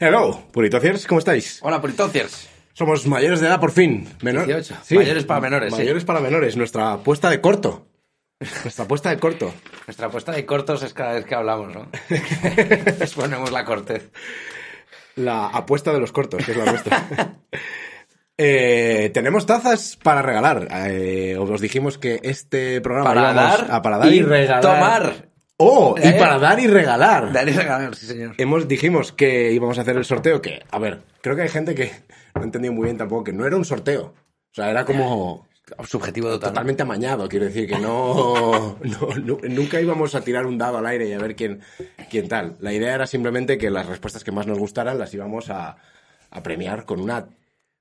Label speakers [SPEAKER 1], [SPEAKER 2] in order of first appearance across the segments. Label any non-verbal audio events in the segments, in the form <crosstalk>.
[SPEAKER 1] Hello, Puritociers, ¿cómo estáis?
[SPEAKER 2] Hola, Puritociers.
[SPEAKER 1] Somos mayores de edad por fin.
[SPEAKER 2] Menor... 18. Sí. Mayores para menores.
[SPEAKER 1] Mayores
[SPEAKER 2] sí.
[SPEAKER 1] para menores, nuestra apuesta de corto. Nuestra apuesta de corto.
[SPEAKER 2] nuestra apuesta de cortos es cada vez que hablamos,
[SPEAKER 1] <laughs>
[SPEAKER 2] ¿no? Les ponemos la cortez.
[SPEAKER 1] La apuesta de los cortos, que es la
[SPEAKER 2] <laughs>
[SPEAKER 1] nuestra. Eh, tenemos tazas para regalar. Eh, os dijimos que este programa
[SPEAKER 2] para dar,
[SPEAKER 1] a para dar
[SPEAKER 2] y, y regalar. Tomar.
[SPEAKER 1] Oh, eh, y para dar y regalar.
[SPEAKER 2] Dar y regalar, sí, señor.
[SPEAKER 1] Hemos, dijimos que íbamos a hacer el sorteo, que, a ver, creo que hay gente que no entendió muy bien tampoco, que no era un sorteo. O sea, era como...
[SPEAKER 2] Subjetivo total,
[SPEAKER 1] Totalmente
[SPEAKER 2] ¿no?
[SPEAKER 1] amañado, quiero decir, que no, <laughs> no, no, Nunca íbamos a tirar un dado al aire y a ver quién, quién tal. La idea era simplemente que las respuestas que más nos gustaran las íbamos a, a premiar con una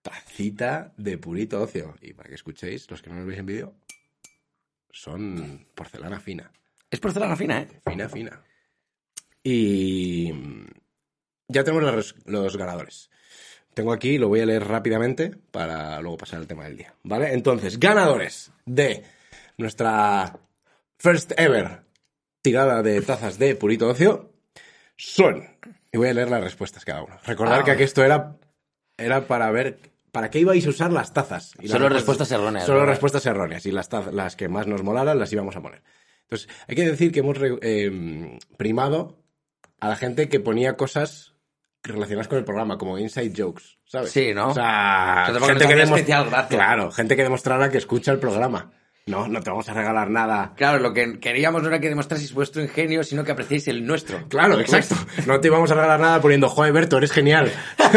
[SPEAKER 1] tacita de purito ocio. Y para que escuchéis, los que no nos veis en vídeo, son porcelana fina.
[SPEAKER 2] Es porcelana fina, ¿eh?
[SPEAKER 1] Fina, fina. Y ya tenemos los, los, ganadores. Tengo aquí, lo voy a leer rápidamente para luego pasar al tema del día. ¿Vale? Entonces, ganadores de nuestra first ever tirada de tazas de purito ocio son. Y voy a leer las respuestas cada uno. Recordar ah, que aquí esto era, era para ver ¿Para qué ibais a usar las tazas?
[SPEAKER 2] Y solo las respuestas, respuestas, erróneas.
[SPEAKER 1] Solo ¿verdad? respuestas erróneas. Y las, tazas, las que más nos molaran las íbamos a poner. Entonces, hay que decir que hemos eh, primado a la gente que ponía cosas relacionadas con el programa, como inside jokes, ¿sabes?
[SPEAKER 2] Sí, ¿no?
[SPEAKER 1] O sea,
[SPEAKER 2] o sea gente que especial, gracias.
[SPEAKER 1] Claro, gente que demostrara que escucha el programa. No, no te vamos a regalar nada.
[SPEAKER 2] Claro, lo que queríamos no era que demostraseis vuestro ingenio, sino que apreciéis el nuestro.
[SPEAKER 1] Claro, exacto. No te íbamos a regalar nada poniendo, joder, Berto, eres genial. <laughs>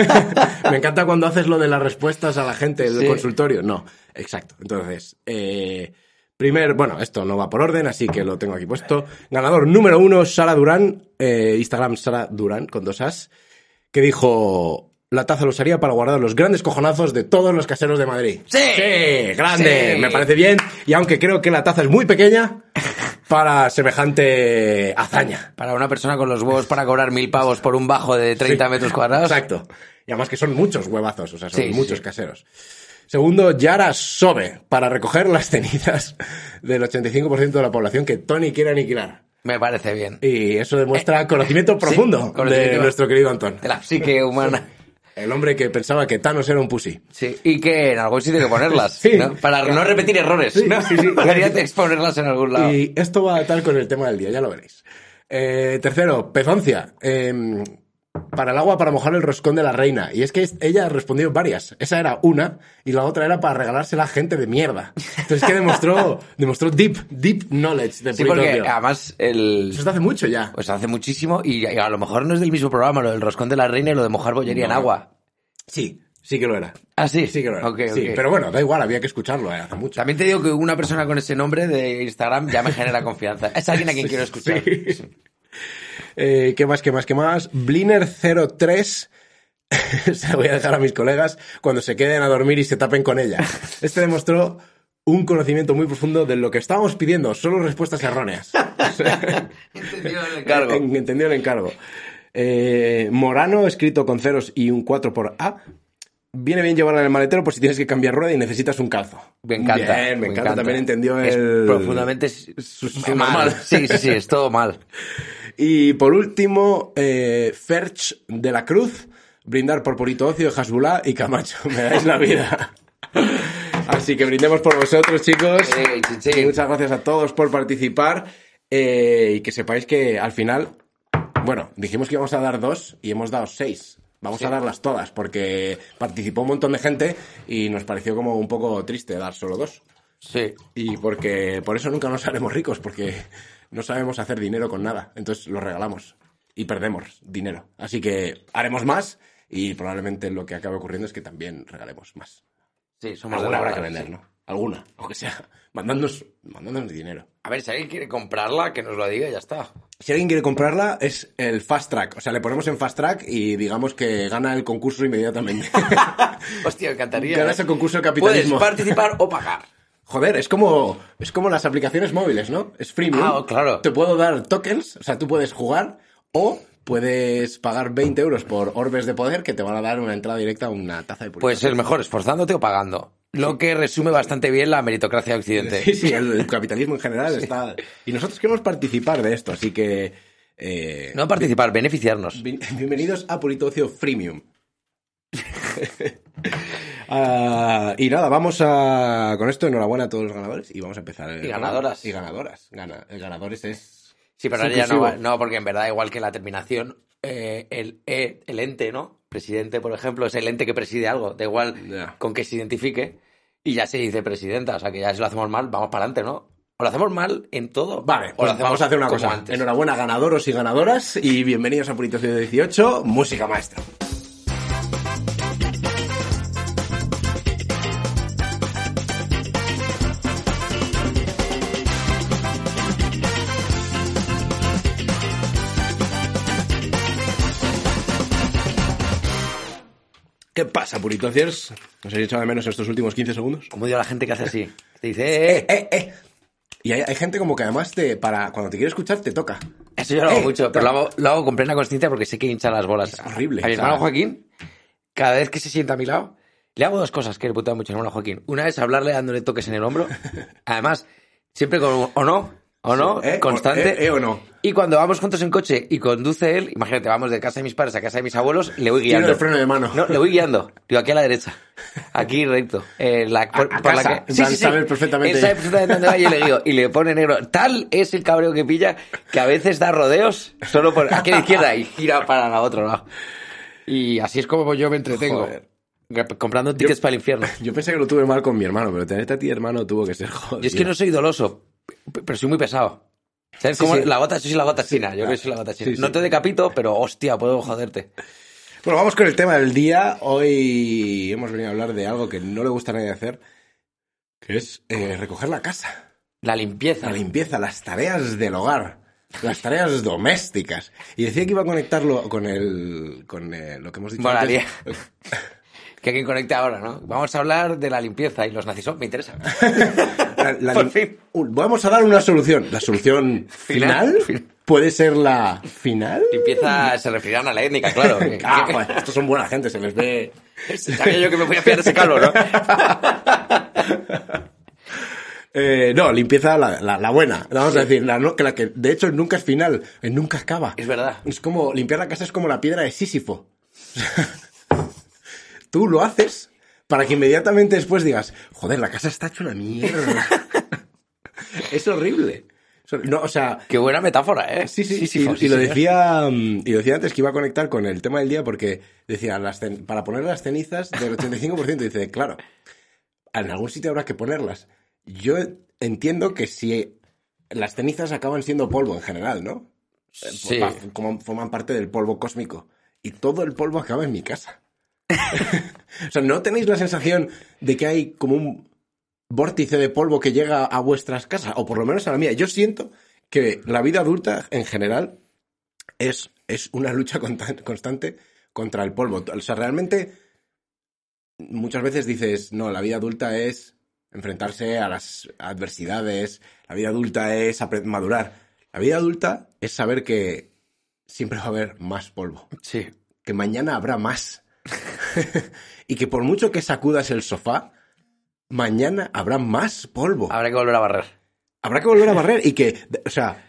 [SPEAKER 1] Me encanta cuando haces lo de las respuestas a la gente del sí. consultorio. No, exacto. Entonces, eh, primer, bueno, esto no va por orden, así que lo tengo aquí puesto. Ganador número uno, Sara Durán, eh, Instagram Sara Durán, con dos as, que dijo, la taza lo usaría para guardar los grandes cojonazos de todos los caseros de Madrid.
[SPEAKER 2] ¡Sí!
[SPEAKER 1] ¡Sí! ¡Grande! ¡Sí! Me parece bien. Y aunque creo que la taza es muy pequeña para semejante hazaña.
[SPEAKER 2] Para una persona con los huevos para cobrar mil pavos por un bajo de 30 sí. metros cuadrados.
[SPEAKER 1] Exacto. Y además que son muchos huevazos, o sea, son sí, muchos caseros. Segundo, Yara Sobe, para recoger las cenizas del 85% de la población que Tony quiere aniquilar.
[SPEAKER 2] Me parece bien.
[SPEAKER 1] Y eso demuestra eh. conocimiento profundo conocimiento de nuestro querido Antón.
[SPEAKER 2] De la psique humana.
[SPEAKER 1] El hombre que pensaba que Thanos era un pussy.
[SPEAKER 2] Sí, y que en algún sitio hay que ponerlas,
[SPEAKER 1] sí.
[SPEAKER 2] ¿no? Para no repetir errores,
[SPEAKER 1] sí,
[SPEAKER 2] ¿no?
[SPEAKER 1] Sí,
[SPEAKER 2] <laughs>
[SPEAKER 1] sí.
[SPEAKER 2] Debería exponerlas en algún lado.
[SPEAKER 1] Y esto va a tal con el tema del día, ya lo veréis. Eh, tercero, pezoncia. Eh, para el agua para mojar el roscón de la reina. Y es que ella ha respondido varias. Esa era una y la otra era para regalársela a gente de mierda. Entonces que
[SPEAKER 2] <laughs>
[SPEAKER 1] demostró, demostró deep, deep knowledge de
[SPEAKER 2] Sí, porque Río. además el...
[SPEAKER 1] Eso se hace mucho ya.
[SPEAKER 2] Pues hace muchísimo y, a lo mejor no es del mismo programa lo del roscón de la reina y lo de mojar bollería no. en agua.
[SPEAKER 1] Sí. Sí que lo era.
[SPEAKER 2] Ah, sí.
[SPEAKER 1] Sí que lo era.
[SPEAKER 2] Okay,
[SPEAKER 1] sí,
[SPEAKER 2] okay.
[SPEAKER 1] Pero bueno, da igual, había que escucharlo, eh, hace mucho.
[SPEAKER 2] También te digo que una persona con ese nombre de Instagram ya me genera confianza. Es alguien a quien sí, quiero escuchar.
[SPEAKER 1] Sí. sí. Eh, ¿Qué más, qué más, qué más? Bliner03. <laughs> se la voy a dejar a mis colegas cuando se queden a dormir y se tapen con
[SPEAKER 2] <laughs>
[SPEAKER 1] ella. Este demostró un conocimiento muy profundo de lo que estábamos pidiendo, solo respuestas erróneas.
[SPEAKER 2] Entendido el <laughs> encargo.
[SPEAKER 1] Entendido el encargo. Eh, Morano, escrito con ceros y un 4 por A. Viene bien llevarla en el maletero por si tienes que cambiar rueda y necesitas un calzo.
[SPEAKER 2] Me encanta.
[SPEAKER 1] Bien, me, encanta. encanta. También entendió el...
[SPEAKER 2] Es profundamente mal. mal. Sí, sí, sí, es todo mal.
[SPEAKER 1] Y por último, eh, Ferch de la Cruz, brindar por Purito Ocio, Hasbulá y Camacho. <laughs> Me dais la vida. Así que brindemos por vosotros, chicos.
[SPEAKER 2] Hey, chin, chin.
[SPEAKER 1] Y muchas gracias a todos por participar. Eh, y que sepáis que al final, bueno, dijimos que íbamos a dar dos y hemos dado seis. Vamos sí. a darlas todas porque participó un montón de gente y nos pareció como un poco triste dar solo dos.
[SPEAKER 2] Sí.
[SPEAKER 1] Y porque por eso nunca nos haremos ricos, porque no sabemos hacer dinero con nada. Entonces lo regalamos y perdemos dinero. Así que haremos más y probablemente lo que acabe ocurriendo es que también regalemos más.
[SPEAKER 2] Sí, somos
[SPEAKER 1] Alguna
[SPEAKER 2] de la
[SPEAKER 1] habrá que
[SPEAKER 2] verdad,
[SPEAKER 1] vender,
[SPEAKER 2] sí.
[SPEAKER 1] ¿no? alguna, aunque sea, <laughs> mandándonos, mandándonos dinero.
[SPEAKER 2] A ver, si alguien quiere comprarla, que nos lo diga y ya está.
[SPEAKER 1] Si alguien quiere comprarla, es el fast track. O sea, le ponemos en fast track y digamos que gana el concurso inmediatamente.
[SPEAKER 2] Hostia, me encantaría.
[SPEAKER 1] Ganas
[SPEAKER 2] ¿eh?
[SPEAKER 1] el concurso de capitalismo.
[SPEAKER 2] Puedes participar o pagar.
[SPEAKER 1] Joder, es como, es como las aplicaciones móviles, ¿no? Es freemium.
[SPEAKER 2] Ah, claro.
[SPEAKER 1] Te puedo dar tokens, o sea, tú puedes jugar o puedes pagar 20 euros por orbes de poder que te van a dar una entrada directa a una taza de
[SPEAKER 2] Pues es mejor esforzándote o pagando. Lo que resume bastante bien la meritocracia de Occidente.
[SPEAKER 1] Sí, sí, el, el capitalismo en general está... Y nosotros queremos participar de esto, así que... eh,
[SPEAKER 2] No participar, beneficiarnos.
[SPEAKER 1] bien- bienvenidos a Purito Ocio Freemium. <laughs> Ah, y nada, vamos a... Con esto, enhorabuena a todos los ganadores y vamos a empezar... el-
[SPEAKER 2] Y ganadoras.
[SPEAKER 1] Y ganadoras. Gana- el ganadores es...
[SPEAKER 2] Sí,
[SPEAKER 1] Es
[SPEAKER 2] pero ahora ya no, va-
[SPEAKER 1] inclusivo.
[SPEAKER 2] no, porque en verdad, igual que la terminación, eh, el, e- el ente, ¿no? Presidente, por ejemplo, es el ente que preside algo, da igual
[SPEAKER 1] Ya.
[SPEAKER 2] con que se identifique, y ya se dice presidenta, o sea que ya si lo hacemos mal, vamos para adelante, ¿no? O lo hacemos mal en todo.
[SPEAKER 1] Vale,
[SPEAKER 2] o lo
[SPEAKER 1] pues
[SPEAKER 2] hacemos
[SPEAKER 1] vamos a hacer una
[SPEAKER 2] como
[SPEAKER 1] cosa.
[SPEAKER 2] antes.
[SPEAKER 1] Enhorabuena, ganadoros y ganadoras, y bienvenidos a Purito Ocio 18, música maestra. ¿Qué pasa, Puritociers? ¿Nos habéis echado de menos estos últimos 15 segundos?
[SPEAKER 2] Como digo a la gente que
[SPEAKER 1] <laughs>
[SPEAKER 2] hace así, te dice, eh, eh,
[SPEAKER 1] eh, eh. Y hay, hay gente como que además te, para cuando te quiere escuchar te toca.
[SPEAKER 2] eso yo lo hago
[SPEAKER 1] eh,
[SPEAKER 2] mucho, pero lo hago, lo hago con plena consciencia porque sé que hincha las bolas.
[SPEAKER 1] horrible,
[SPEAKER 2] A mi
[SPEAKER 1] o sea.
[SPEAKER 2] hermano Joaquín, cada vez que se sienta a mi lado, le hago dos cosas que le puteo mucho a mi hermano Joaquín. Una es hablarle dándole toques en
[SPEAKER 1] <laughs>
[SPEAKER 2] el hombro, además, siempre con un o no, o no,
[SPEAKER 1] Eh,
[SPEAKER 2] constante.
[SPEAKER 1] o- eh, eh, o no.
[SPEAKER 2] Y cuando vamos juntos en coche y conduce él, imagínate, vamos de casa de mis padres a casa de mis abuelos, le voy
[SPEAKER 1] Tiro
[SPEAKER 2] guiando.
[SPEAKER 1] el freno de mano.
[SPEAKER 2] No, le voy guiando. Digo, aquí a la derecha. Aquí recto. Eh, la, por,
[SPEAKER 1] a
[SPEAKER 2] por la
[SPEAKER 1] casa.
[SPEAKER 2] que-
[SPEAKER 1] En plan, sabe perfectamente.
[SPEAKER 2] Él sabe perfectamente dónde va y yo le digo. Y le pone negro. Tal es el cabreo que pilla que a veces da rodeos solo por aquí a la izquierda y gira para la otro lado. Y así es como yo me entretengo.
[SPEAKER 1] Joder.
[SPEAKER 2] Rep- Comprando tickets para el infierno.
[SPEAKER 1] <laughs> Yo pensé que lo tuve mal con mi hermano, pero tenerte a ti, hermano, tuvo que ser <laughs> jodido.
[SPEAKER 2] Yo es que no soy doloso, p- pero soy muy pesado. ¿Sabes
[SPEAKER 1] Sí,
[SPEAKER 2] cómo?
[SPEAKER 1] sí. Ah,
[SPEAKER 2] La bota, soy la bota china. Yo creo que soy la bota china.
[SPEAKER 1] Sí, sí.
[SPEAKER 2] No te decapito, pero hostia, puedo joderte.
[SPEAKER 1] Bueno, vamos con el tema del día. Hoy hemos venido a hablar de algo que no le gusta a nadie hacer, que es eh, recoger la casa.
[SPEAKER 2] La limpieza.
[SPEAKER 1] La limpieza, las tareas del hogar, las tareas domésticas. Y decía que iba a conectarlo con el con eh, lo que hemos dicho
[SPEAKER 2] Molaría.
[SPEAKER 1] antes.
[SPEAKER 2] Que alguien conecte ahora, ¿no? Vamos a hablar de la limpieza y los nazis. Oh, Me interesa.
[SPEAKER 1] La- la-
[SPEAKER 2] Por fin.
[SPEAKER 1] Uh, Vamos a dar una solución. La solución
[SPEAKER 2] Final.
[SPEAKER 1] final, puede ser la final.
[SPEAKER 2] Limpieza se referirán a la étnica, claro. Que-
[SPEAKER 1] <laughs> Ah,
[SPEAKER 2] <laughs> que-
[SPEAKER 1] joder, estos son buena gente, se les ve
[SPEAKER 2] Sabía yo que me voy a pillar ese calvo, ¿no?
[SPEAKER 1] Eh, no, limpieza la, la- la buena, la vamos a decir, la, no- que la que de hecho nunca es final, eh, nunca acaba.
[SPEAKER 2] Es verdad.
[SPEAKER 1] Es como, limpiar la casa es como la piedra de Sísifo. <laughs> Tú lo haces para que inmediatamente después digas, joder, la casa está hecha una
[SPEAKER 2] <laughs>
[SPEAKER 1] mierda. es horrible. Es hor- No, o sea,
[SPEAKER 2] Qué buena metáfora, ¿eh?
[SPEAKER 1] Sí, sí, sí.
[SPEAKER 2] sí,
[SPEAKER 1] y,
[SPEAKER 2] sí,
[SPEAKER 1] y lo
[SPEAKER 2] señor.
[SPEAKER 1] decía, mm, y lo decía antes que iba a conectar con el tema del día porque decía, las cen- para poner las cenizas del 85%, dice, claro, en algún sitio habrá que ponerlas. Yo entiendo que si las cenizas acaban siendo polvo en general, ¿no? Eh,
[SPEAKER 2] Sí.
[SPEAKER 1] pa- Como forman parte del polvo cósmico. Y todo el polvo acaba en mi casa. <laughs> o sea, ¿no tenéis la sensación de que hay como un vórtice de polvo que llega a vuestras casas, o por lo menos a la mía. Yo siento que la vida adulta en general es, es una lucha conta- constante contra el polvo. O sea, realmente muchas veces dices, no, la vida adulta es enfrentarse a las adversidades, la vida adulta es apre- madurar. La vida adulta es saber que siempre va a haber más polvo
[SPEAKER 2] Sí.
[SPEAKER 1] que mañana habrá más. <laughs> y que por mucho que sacudas el sofá, mañana habrá más polvo.
[SPEAKER 2] Habrá que volver a barrer.
[SPEAKER 1] Habrá que volver a barrer y que, o sea,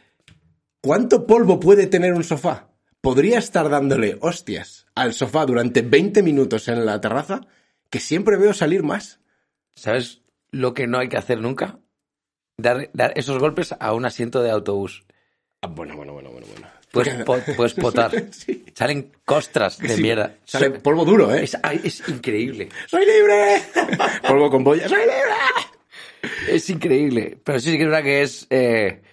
[SPEAKER 1] ¿cuánto polvo puede tener un sofá? Podría estar dándole hostias al sofá durante 20 minutos en la terraza, que siempre veo salir más.
[SPEAKER 2] ¿Sabes lo que no hay que hacer nunca? Dar, dar esos golpes a un asiento de autobús.
[SPEAKER 1] Ah, Bueno, bueno, bueno, bueno, bueno. <laughs>
[SPEAKER 2] Puedes, po- puedes potar. Salen costras de
[SPEAKER 1] Sí,
[SPEAKER 2] mierda.
[SPEAKER 1] Sale polvo duro, ¿eh?
[SPEAKER 2] Es, ay, es increíble.
[SPEAKER 1] ¡Soy <laughs> libre! polvo con boya. ¡Soy libre!
[SPEAKER 2] Es increíble. Pero sí, sí que es verdad que es. eh,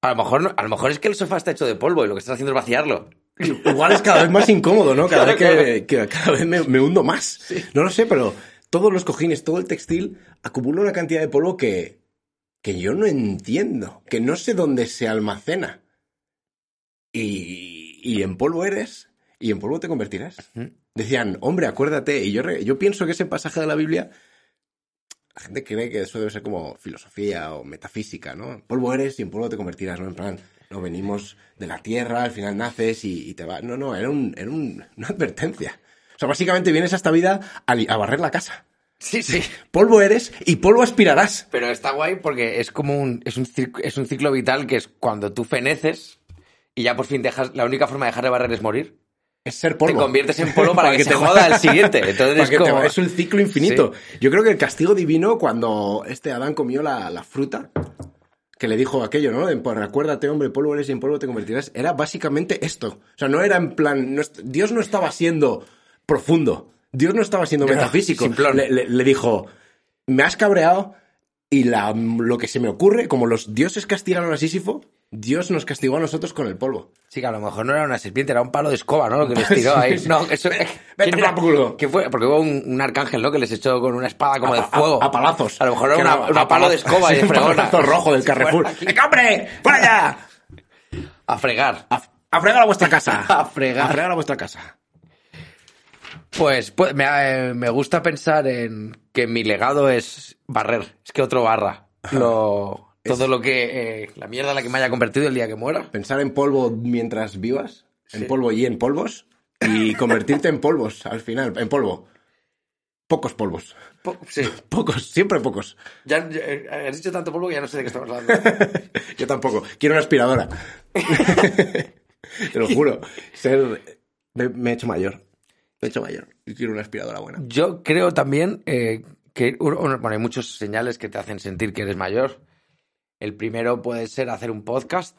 [SPEAKER 2] a, lo mejor, no- a lo mejor es que el sofá está hecho de polvo y lo que estás haciendo es vaciarlo.
[SPEAKER 1] Igual es cada vez más incómodo, ¿no? Cada vez
[SPEAKER 2] Claro,
[SPEAKER 1] que, que cada vez me, me hundo más. No lo sé, pero todos los cojines, todo el textil, acumula una cantidad de polvo que, que yo no entiendo, que no sé dónde se almacena. Y, y en polvo eres, y en polvo te convertirás. Decían, hombre, acuérdate, y yo, re- yo pienso que ese pasaje de la Biblia, la gente cree que eso debe ser como filosofía o metafísica, ¿no? En polvo eres y en polvo te convertirás, ¿no? En plan, no venimos de la tierra, al final naces y, y te vas. No, no, era, un, era un- una advertencia. O sea, básicamente vienes a esta vida a, li- a barrer la casa.
[SPEAKER 2] Sí, sí.
[SPEAKER 1] Polvo eres y polvo aspirarás.
[SPEAKER 2] <laughs> Pero está guay porque es como un es un, cir- es un ciclo vital que es cuando tú feneces y ya por fin dejas la única forma de dejar de barrer es morir.
[SPEAKER 1] Es ser polvo.
[SPEAKER 2] Te
[SPEAKER 1] <laughs>
[SPEAKER 2] conviertes en polvo <laughs> para, que, se joda el siguiente. Entonces
[SPEAKER 1] Para
[SPEAKER 2] es
[SPEAKER 1] que te-
[SPEAKER 2] como
[SPEAKER 1] es un ciclo infinito. Yo creo que el castigo divino cuando este Adán comió la, la fruta, que le dijo aquello, ¿no? En, por, recuérdate, hombre, polvo eres y en polvo te convertirás, era básicamente esto. O sea, no era en plan... no est- Dios no estaba siendo profundo. Dios no estaba
[SPEAKER 2] <laughs>
[SPEAKER 1] siendo
[SPEAKER 2] No,
[SPEAKER 1] metafísico.
[SPEAKER 2] simplón.
[SPEAKER 1] Le, le- le dijo, me has cabreado y la- lo que se me ocurre, como los dioses castigaron a Sísifo, Dios nos castigó a nosotros con el polvo.
[SPEAKER 2] Sí, que a lo mejor no era una serpiente, era un palo de escoba, ¿no? Lo que les tiró ahí.
[SPEAKER 1] Sí, sí.
[SPEAKER 2] No, eso.
[SPEAKER 1] vete pa'l culo.
[SPEAKER 2] ¿Qué fue? Porque hubo un, un arcángel, ¿no? Que les echó con una espada como de
[SPEAKER 1] a-
[SPEAKER 2] fuego.
[SPEAKER 1] A, palazos.
[SPEAKER 2] A lo mejor era
[SPEAKER 1] Que
[SPEAKER 2] una,
[SPEAKER 1] no,
[SPEAKER 2] una
[SPEAKER 1] a
[SPEAKER 2] palo
[SPEAKER 1] palazos. <laughs>
[SPEAKER 2] de escoba y
[SPEAKER 1] Sí,
[SPEAKER 2] de
[SPEAKER 1] un
[SPEAKER 2] fregona.
[SPEAKER 1] palazo rojo
[SPEAKER 2] <laughs>
[SPEAKER 1] del
[SPEAKER 2] Si fuera
[SPEAKER 1] Carrefour.
[SPEAKER 2] aquí,
[SPEAKER 1] ¡Eh, hombre! ¡Para allá!
[SPEAKER 2] A fregar.
[SPEAKER 1] A, a fregar a vuestra casa.
[SPEAKER 2] <laughs> A fregar.
[SPEAKER 1] A fregar a vuestra casa.
[SPEAKER 2] Pues, pues, me, eh, me gusta pensar en que mi legado es barrer. Es que otro barra. Lo, todo lo que. eh, la mierda en la que me haya convertido el día que muera.
[SPEAKER 1] Pensar en polvo mientras vivas. En
[SPEAKER 2] Sí.
[SPEAKER 1] polvo y en polvos.
[SPEAKER 2] <laughs>
[SPEAKER 1] Y convertirte en polvos al final. En polvo. Pocos polvos.
[SPEAKER 2] Po- sí.
[SPEAKER 1] Pocos. Siempre pocos.
[SPEAKER 2] Ya, ya, eh, has dicho tanto polvo que ya no sé de qué estamos hablando.
[SPEAKER 1] Yo tampoco. Quiero una aspiradora. <laughs> Te lo juro. Ser... Me, me he hecho mayor. Me he hecho mayor. Y quiero una aspiradora buena.
[SPEAKER 2] Yo creo también eh, que un- un- bueno, hay muchos señales que te hacen sentir que eres mayor. El primero puede ser hacer un podcast.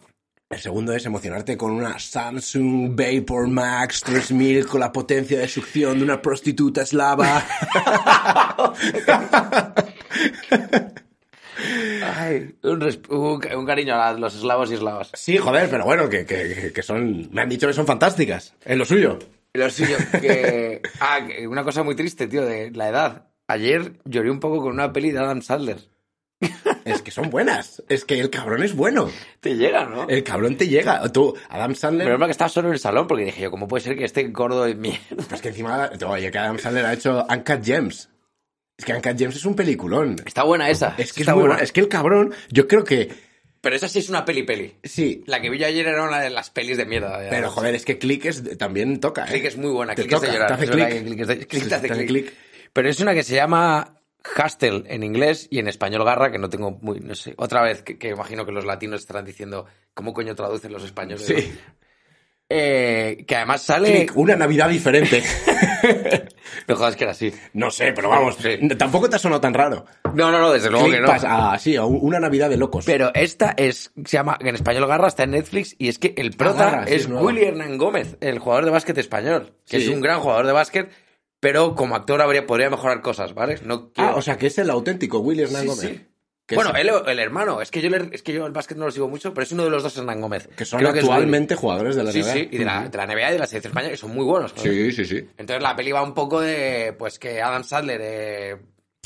[SPEAKER 1] El segundo es emocionarte con una Samsung Vapor Max 3000 con la potencia de succión de una prostituta eslava.
[SPEAKER 2] un, res- un ca- un cariño a la- los eslavos y eslavas.
[SPEAKER 1] Sí, joder, pero bueno, que, que- que son. Me han dicho que son fantásticas. Es lo suyo.
[SPEAKER 2] Lo suyo,
[SPEAKER 1] <laughs>
[SPEAKER 2] que... Ah, que una cosa muy triste, tío, de la edad. Ayer lloré un poco con una peli de Adam Sandler.
[SPEAKER 1] Es que son buenas. Es que el cabrón es bueno.
[SPEAKER 2] Te llega, ¿no?
[SPEAKER 1] El cabrón te llega. Tú, Adam Sandler.
[SPEAKER 2] Eh, Pero es que estaba solo en el salón porque dije yo, ¿cómo puede ser que esté gordo de mierda? <laughs>
[SPEAKER 1] Pero es que encima. Oye, que Adam Sandler ha hecho Uncut Gems. Es que Uncut Gems es un peliculón.
[SPEAKER 2] Está buena esa.
[SPEAKER 1] Es que es
[SPEAKER 2] está
[SPEAKER 1] muy buena. Es que el cabrón, yo creo que.
[SPEAKER 2] Pero esa sí es una peli-peli.
[SPEAKER 1] Sí.
[SPEAKER 2] La que vi yo ayer era una de las pelis de mierda. de
[SPEAKER 1] Pero
[SPEAKER 2] Adam
[SPEAKER 1] joder, es que Click es, también toca. ¿eh?
[SPEAKER 2] Click es muy buena,
[SPEAKER 1] Te
[SPEAKER 2] click es de
[SPEAKER 1] toca,
[SPEAKER 2] llorar.
[SPEAKER 1] te hace
[SPEAKER 2] es verdad
[SPEAKER 1] click.
[SPEAKER 2] que Click es de- click
[SPEAKER 1] Sí,
[SPEAKER 2] te hace
[SPEAKER 1] te hace
[SPEAKER 2] click.
[SPEAKER 1] click.
[SPEAKER 2] Pero es una que se llama Hustle en inglés y en español garra, que no tengo muy, no sé, otra vez que, que imagino que los latinos estarán diciendo cómo coño traducen los españoles.
[SPEAKER 1] Sí.
[SPEAKER 2] ¿no? Eh, que además
[SPEAKER 1] <laughs>
[SPEAKER 2] sale...
[SPEAKER 1] Click, una Navidad diferente. <laughs>
[SPEAKER 2] No jodas que era así.
[SPEAKER 1] No sé, pero vamos,
[SPEAKER 2] Sí.
[SPEAKER 1] n- tampoco te ha sonado tan raro.
[SPEAKER 2] No, no, no, desde luego
[SPEAKER 1] Click
[SPEAKER 2] que no.
[SPEAKER 1] pasa- ah, sí, a un- una Navidad de locos.
[SPEAKER 2] Pero esta es, se llama, en español garra, está en Netflix y es que el prota
[SPEAKER 1] Ah, Garra, sí,
[SPEAKER 2] es
[SPEAKER 1] es nueva.
[SPEAKER 2] Willy Hernán Gómez, el jugador de básquet español, que
[SPEAKER 1] Sí.
[SPEAKER 2] es un gran jugador de básquet, pero como actor habría, podría mejorar cosas, ¿vale? No quiero-
[SPEAKER 1] ah, o sea, que es el auténtico Willy Hernán
[SPEAKER 2] Sí,
[SPEAKER 1] Gómez.
[SPEAKER 2] sí.
[SPEAKER 1] Que
[SPEAKER 2] Bueno,
[SPEAKER 1] es-
[SPEAKER 2] él o- el hermano, es que yo le- es que yo el básquet no lo sigo mucho, pero es uno de los dos Hernán Gómez.
[SPEAKER 1] que son
[SPEAKER 2] Creo es
[SPEAKER 1] actualmente jugadores de la
[SPEAKER 2] Willy. Sí,
[SPEAKER 1] NBA.
[SPEAKER 2] sí, y de la, de la NBA y de la selección española, que son muy buenos. joder.
[SPEAKER 1] Sí, sí, sí.
[SPEAKER 2] Entonces la peli va un poco de, pues que Adam Sadler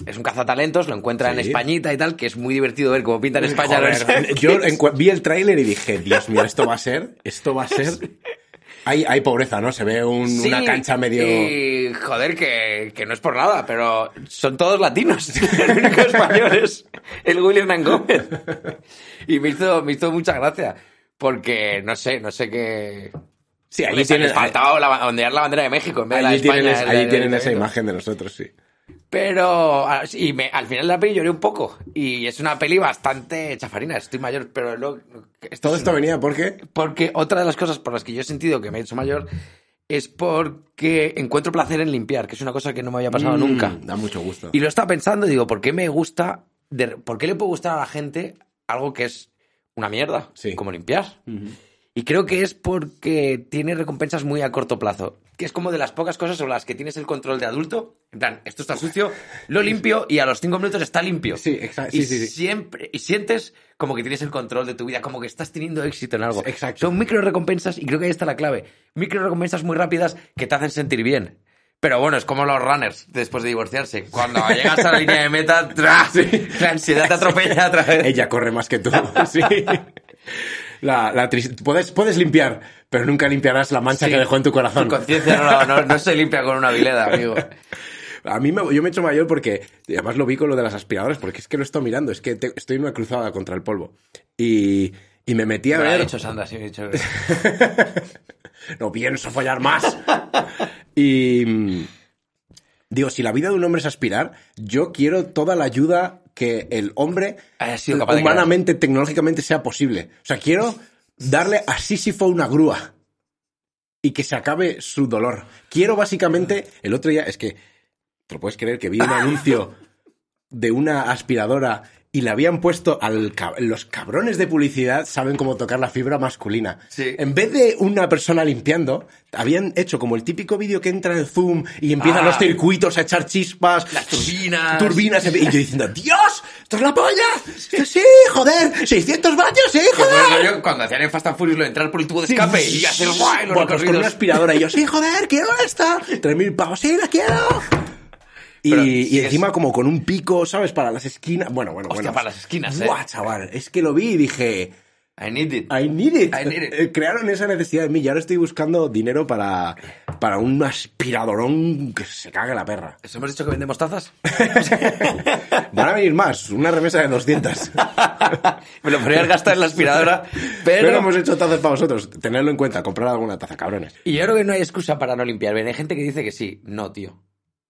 [SPEAKER 2] es un cazatalentos, lo encuentra en
[SPEAKER 1] Sí.
[SPEAKER 2] Españita y tal, que es muy divertido ver cómo pintan España. <laughs>
[SPEAKER 1] Joder, <laughs>
[SPEAKER 2] los-
[SPEAKER 1] yo en cua- vi el tráiler y dije, Dios mío, esto va a ser, esto va a
[SPEAKER 2] <laughs>
[SPEAKER 1] ser... Hay, hay pobreza, ¿no? Se ve un-
[SPEAKER 2] Sí,
[SPEAKER 1] una cancha medio...
[SPEAKER 2] Y joder, que, que no es por nada, pero son todos latinos. <laughs> El único español es el William Hernán Gómez. Y me hizo, me hizo mucha gracia. Porque no sé, no sé qué.
[SPEAKER 1] Sí, allí
[SPEAKER 2] Les-
[SPEAKER 1] tienen,
[SPEAKER 2] les faltaba la, ondear la bandera de México en vez de la de
[SPEAKER 1] allí
[SPEAKER 2] España.
[SPEAKER 1] tienen, es-
[SPEAKER 2] el-
[SPEAKER 1] allí
[SPEAKER 2] el-
[SPEAKER 1] tienen
[SPEAKER 2] el-
[SPEAKER 1] esa imagen de nosotros, sí.
[SPEAKER 2] Pero ah, sí, y me- al final de la peli lloré un poco. Y es una peli bastante chafarina. Estoy mayor, pero luego-
[SPEAKER 1] Todo
[SPEAKER 2] es
[SPEAKER 1] esto
[SPEAKER 2] una-
[SPEAKER 1] venía porque...
[SPEAKER 2] porque otra de las cosas por las que yo he sentido que me he hecho mayor es porque encuentro placer en limpiar, que es una cosa que no me había pasado
[SPEAKER 1] Mm,
[SPEAKER 2] nunca.
[SPEAKER 1] Da mucho gusto.
[SPEAKER 2] Y lo estaba pensando y digo, ¿por qué me gusta, de- por qué le puede gustar a la gente algo que es una mierda,
[SPEAKER 1] Sí.
[SPEAKER 2] como limpiar? Y creo que es porque tiene recompensas muy a corto plazo, que es como de las pocas cosas sobre las que tienes el control de adulto. En plan, esto está sucio, lo limpio y a los cinco minutos está limpio.
[SPEAKER 1] Sí, exacto.
[SPEAKER 2] Y
[SPEAKER 1] Sí, sí, sí.
[SPEAKER 2] siempre, y sientes como que tienes el control de tu vida, como que estás teniendo éxito en algo.
[SPEAKER 1] Exacto.
[SPEAKER 2] Son micro recompensas y creo que ahí está la clave. Micro recompensas muy rápidas que te hacen sentir bien. Pero bueno, es como los runners después de divorciarse.
[SPEAKER 1] <laughs>
[SPEAKER 2] Cuando llegas a la línea de meta, ¡tras! la ansiedad te atropella otra vez.
[SPEAKER 1] Ella corre más que tú. <laughs> Sí. La, la tris- puedes, puedes limpiar, pero nunca limpiarás la mancha
[SPEAKER 2] Sí.
[SPEAKER 1] que dejó en tu corazón.
[SPEAKER 2] Tu conciencia no, no- no se limpia con una vileda, amigo.
[SPEAKER 1] A mí me- yo me he hecho mayor porque, y además lo vi con lo de las aspiradoras, porque es que lo he estado mirando, es que te- estoy en una cruzada contra el polvo. Y, y me metí a
[SPEAKER 2] Me lo ha
[SPEAKER 1] ver...
[SPEAKER 2] dicho Sandra, sí, me ha dicho.
[SPEAKER 1] <laughs> no pienso follar más. y mm, digo, si la vida de un hombre es aspirar, yo quiero toda la ayuda que el hombre
[SPEAKER 2] Haya sido capaz de
[SPEAKER 1] humanamente, tecnológicamente sea posible. O sea, quiero darle a Sísifo una grúa y que se acabe su dolor. Quiero básicamente, el otro día, es que, ¿te lo puedes creer que vi un anuncio de una aspiradora y le habían puesto al ca- los cabrones de publicidad saben cómo tocar la fibra masculina.
[SPEAKER 2] Sí.
[SPEAKER 1] En vez de una persona limpiando, habían hecho como el típico vídeo que entra en Zoom y empiezan
[SPEAKER 2] Ah.
[SPEAKER 1] los circuitos a echar chispas,
[SPEAKER 2] Las turbinas.
[SPEAKER 1] turbinas y yo diciendo, "Dios, esto es la polla." Esto Sí, joder, 600 vatios, sí,
[SPEAKER 2] Que por eso
[SPEAKER 1] joder.
[SPEAKER 2] yo, cuando hacían en Fast and Furious lo de entrar por el tubo de escape y hacer guay
[SPEAKER 1] Bueno,
[SPEAKER 2] los
[SPEAKER 1] pues con una
[SPEAKER 2] recorridos.
[SPEAKER 1] aspiradora y yo, "Sí, joder, quiero esta." 3000 pavos, sí, la quiero. Y,
[SPEAKER 2] Pero
[SPEAKER 1] y
[SPEAKER 2] sigues-
[SPEAKER 1] encima como con un pico, ¿sabes? Para las esquinas. Bueno, bueno,
[SPEAKER 2] Hostia,
[SPEAKER 1] bueno.
[SPEAKER 2] para las esquinas, eh.
[SPEAKER 1] Buah, chaval, es que lo vi y dije,
[SPEAKER 2] I need it.
[SPEAKER 1] I need it.
[SPEAKER 2] I need it.
[SPEAKER 1] Eh, Crearon esa necesidad de mí y ahora estoy buscando dinero para, para un aspiradorón que se cague la perra.
[SPEAKER 2] ¿Os hemos dicho que vendemos tazas? <laughs>
[SPEAKER 1] Van a venir más, una remesa de 200.
[SPEAKER 2] Me lo podrías gastar en la aspiradora, <laughs> pero...
[SPEAKER 1] Pero hemos hecho tazas para vosotros. Tenedlo en cuenta, comprad alguna taza, cabrones.
[SPEAKER 2] Y yo creo que no hay excusa para no limpiar bien. Hay gente que dice que sí. No, tío.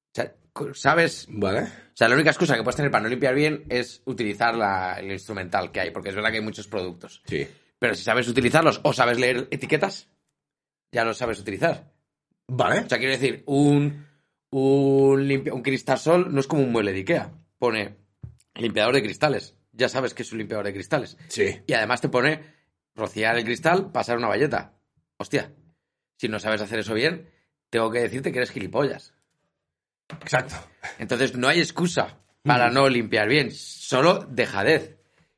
[SPEAKER 2] O sea, cu- ¿sabes?
[SPEAKER 1] Vale.
[SPEAKER 2] O sea, la única excusa que puedes tener para no limpiar bien es utilizar la- el instrumental que hay, porque es verdad que hay muchos productos.
[SPEAKER 1] Sí.
[SPEAKER 2] Pero si sabes utilizarlos o sabes leer etiquetas, ya los sabes utilizar.
[SPEAKER 1] Vale.
[SPEAKER 2] O sea, quiero decir, un, un, limpia- un cristal no es como un mueble de Ikea. Pone limpiador de cristales. Ya sabes que es un limpiador de cristales.
[SPEAKER 1] Sí.
[SPEAKER 2] Y además te pone rociar el cristal, pasar una valleta. Hostia, si no sabes hacer eso bien, tengo que decirte que eres gilipollas.
[SPEAKER 1] Exacto.
[SPEAKER 2] Entonces no hay excusa para no limpiar bien, solo dejadez.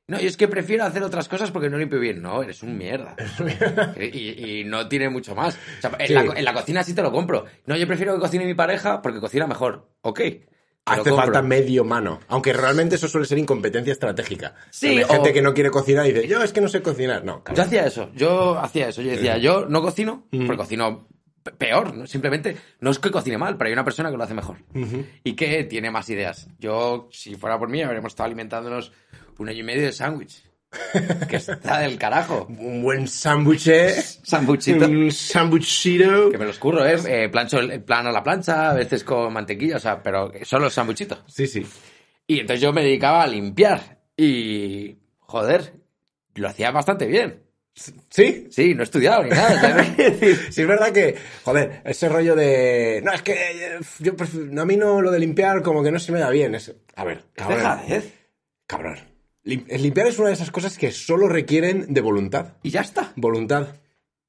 [SPEAKER 2] No, y es que prefiero hacer otras cosas porque no limpio bien. No, <laughs> eres un mierda. Y, y no tiene mucho más. O sea, en,
[SPEAKER 1] Sí.
[SPEAKER 2] la, co- en la cocina sí te lo compro. No, yo prefiero que cocine mi pareja porque cocina mejor. Ok. te lo
[SPEAKER 1] Hace
[SPEAKER 2] compro.
[SPEAKER 1] falta medio mano. Aunque realmente eso suele ser incompetencia estratégica.
[SPEAKER 2] Sí,
[SPEAKER 1] Hay gente
[SPEAKER 2] o-
[SPEAKER 1] que no quiere cocinar y dice, yo es que no sé cocinar. No,
[SPEAKER 2] Yo
[SPEAKER 1] cabrón.
[SPEAKER 2] hacía eso, yo hacía eso, yo decía, yo no cocino, porque cocino pe- peor, ¿no? simplemente no es que cocine mal, pero hay una persona que lo hace mejor y que tiene más ideas. Yo, si fuera por mí, habríamos estado alimentándonos un año y medio de sándwich, que está del carajo.
[SPEAKER 1] Un buen sándwich, eh.
[SPEAKER 2] Sambuchito.
[SPEAKER 1] Un sándwichito.
[SPEAKER 2] Que me los curro, ¿eh? Eh, plancho el el plan a la plancha, a veces con mantequilla, o sea, pero solo sambuchitos.
[SPEAKER 1] Sí, sí.
[SPEAKER 2] Y entonces yo me dedicaba a limpiar y, joder, lo hacía bastante bien.
[SPEAKER 1] ¿Sí?
[SPEAKER 2] <laughs> Sí, no he estudiado ni nada. ¿sabes?
[SPEAKER 1] <laughs> Sí, es verdad que, joder, ese rollo de. No, es que eh, yo pref- a mí no lo de limpiar como que no se me da bien. Es, a ver, cabrón.
[SPEAKER 2] Dejadez.
[SPEAKER 1] Cabrón. Lim- el limpiar es una de esas cosas que solo requieren de voluntad.
[SPEAKER 2] Y ya está.
[SPEAKER 1] Voluntad.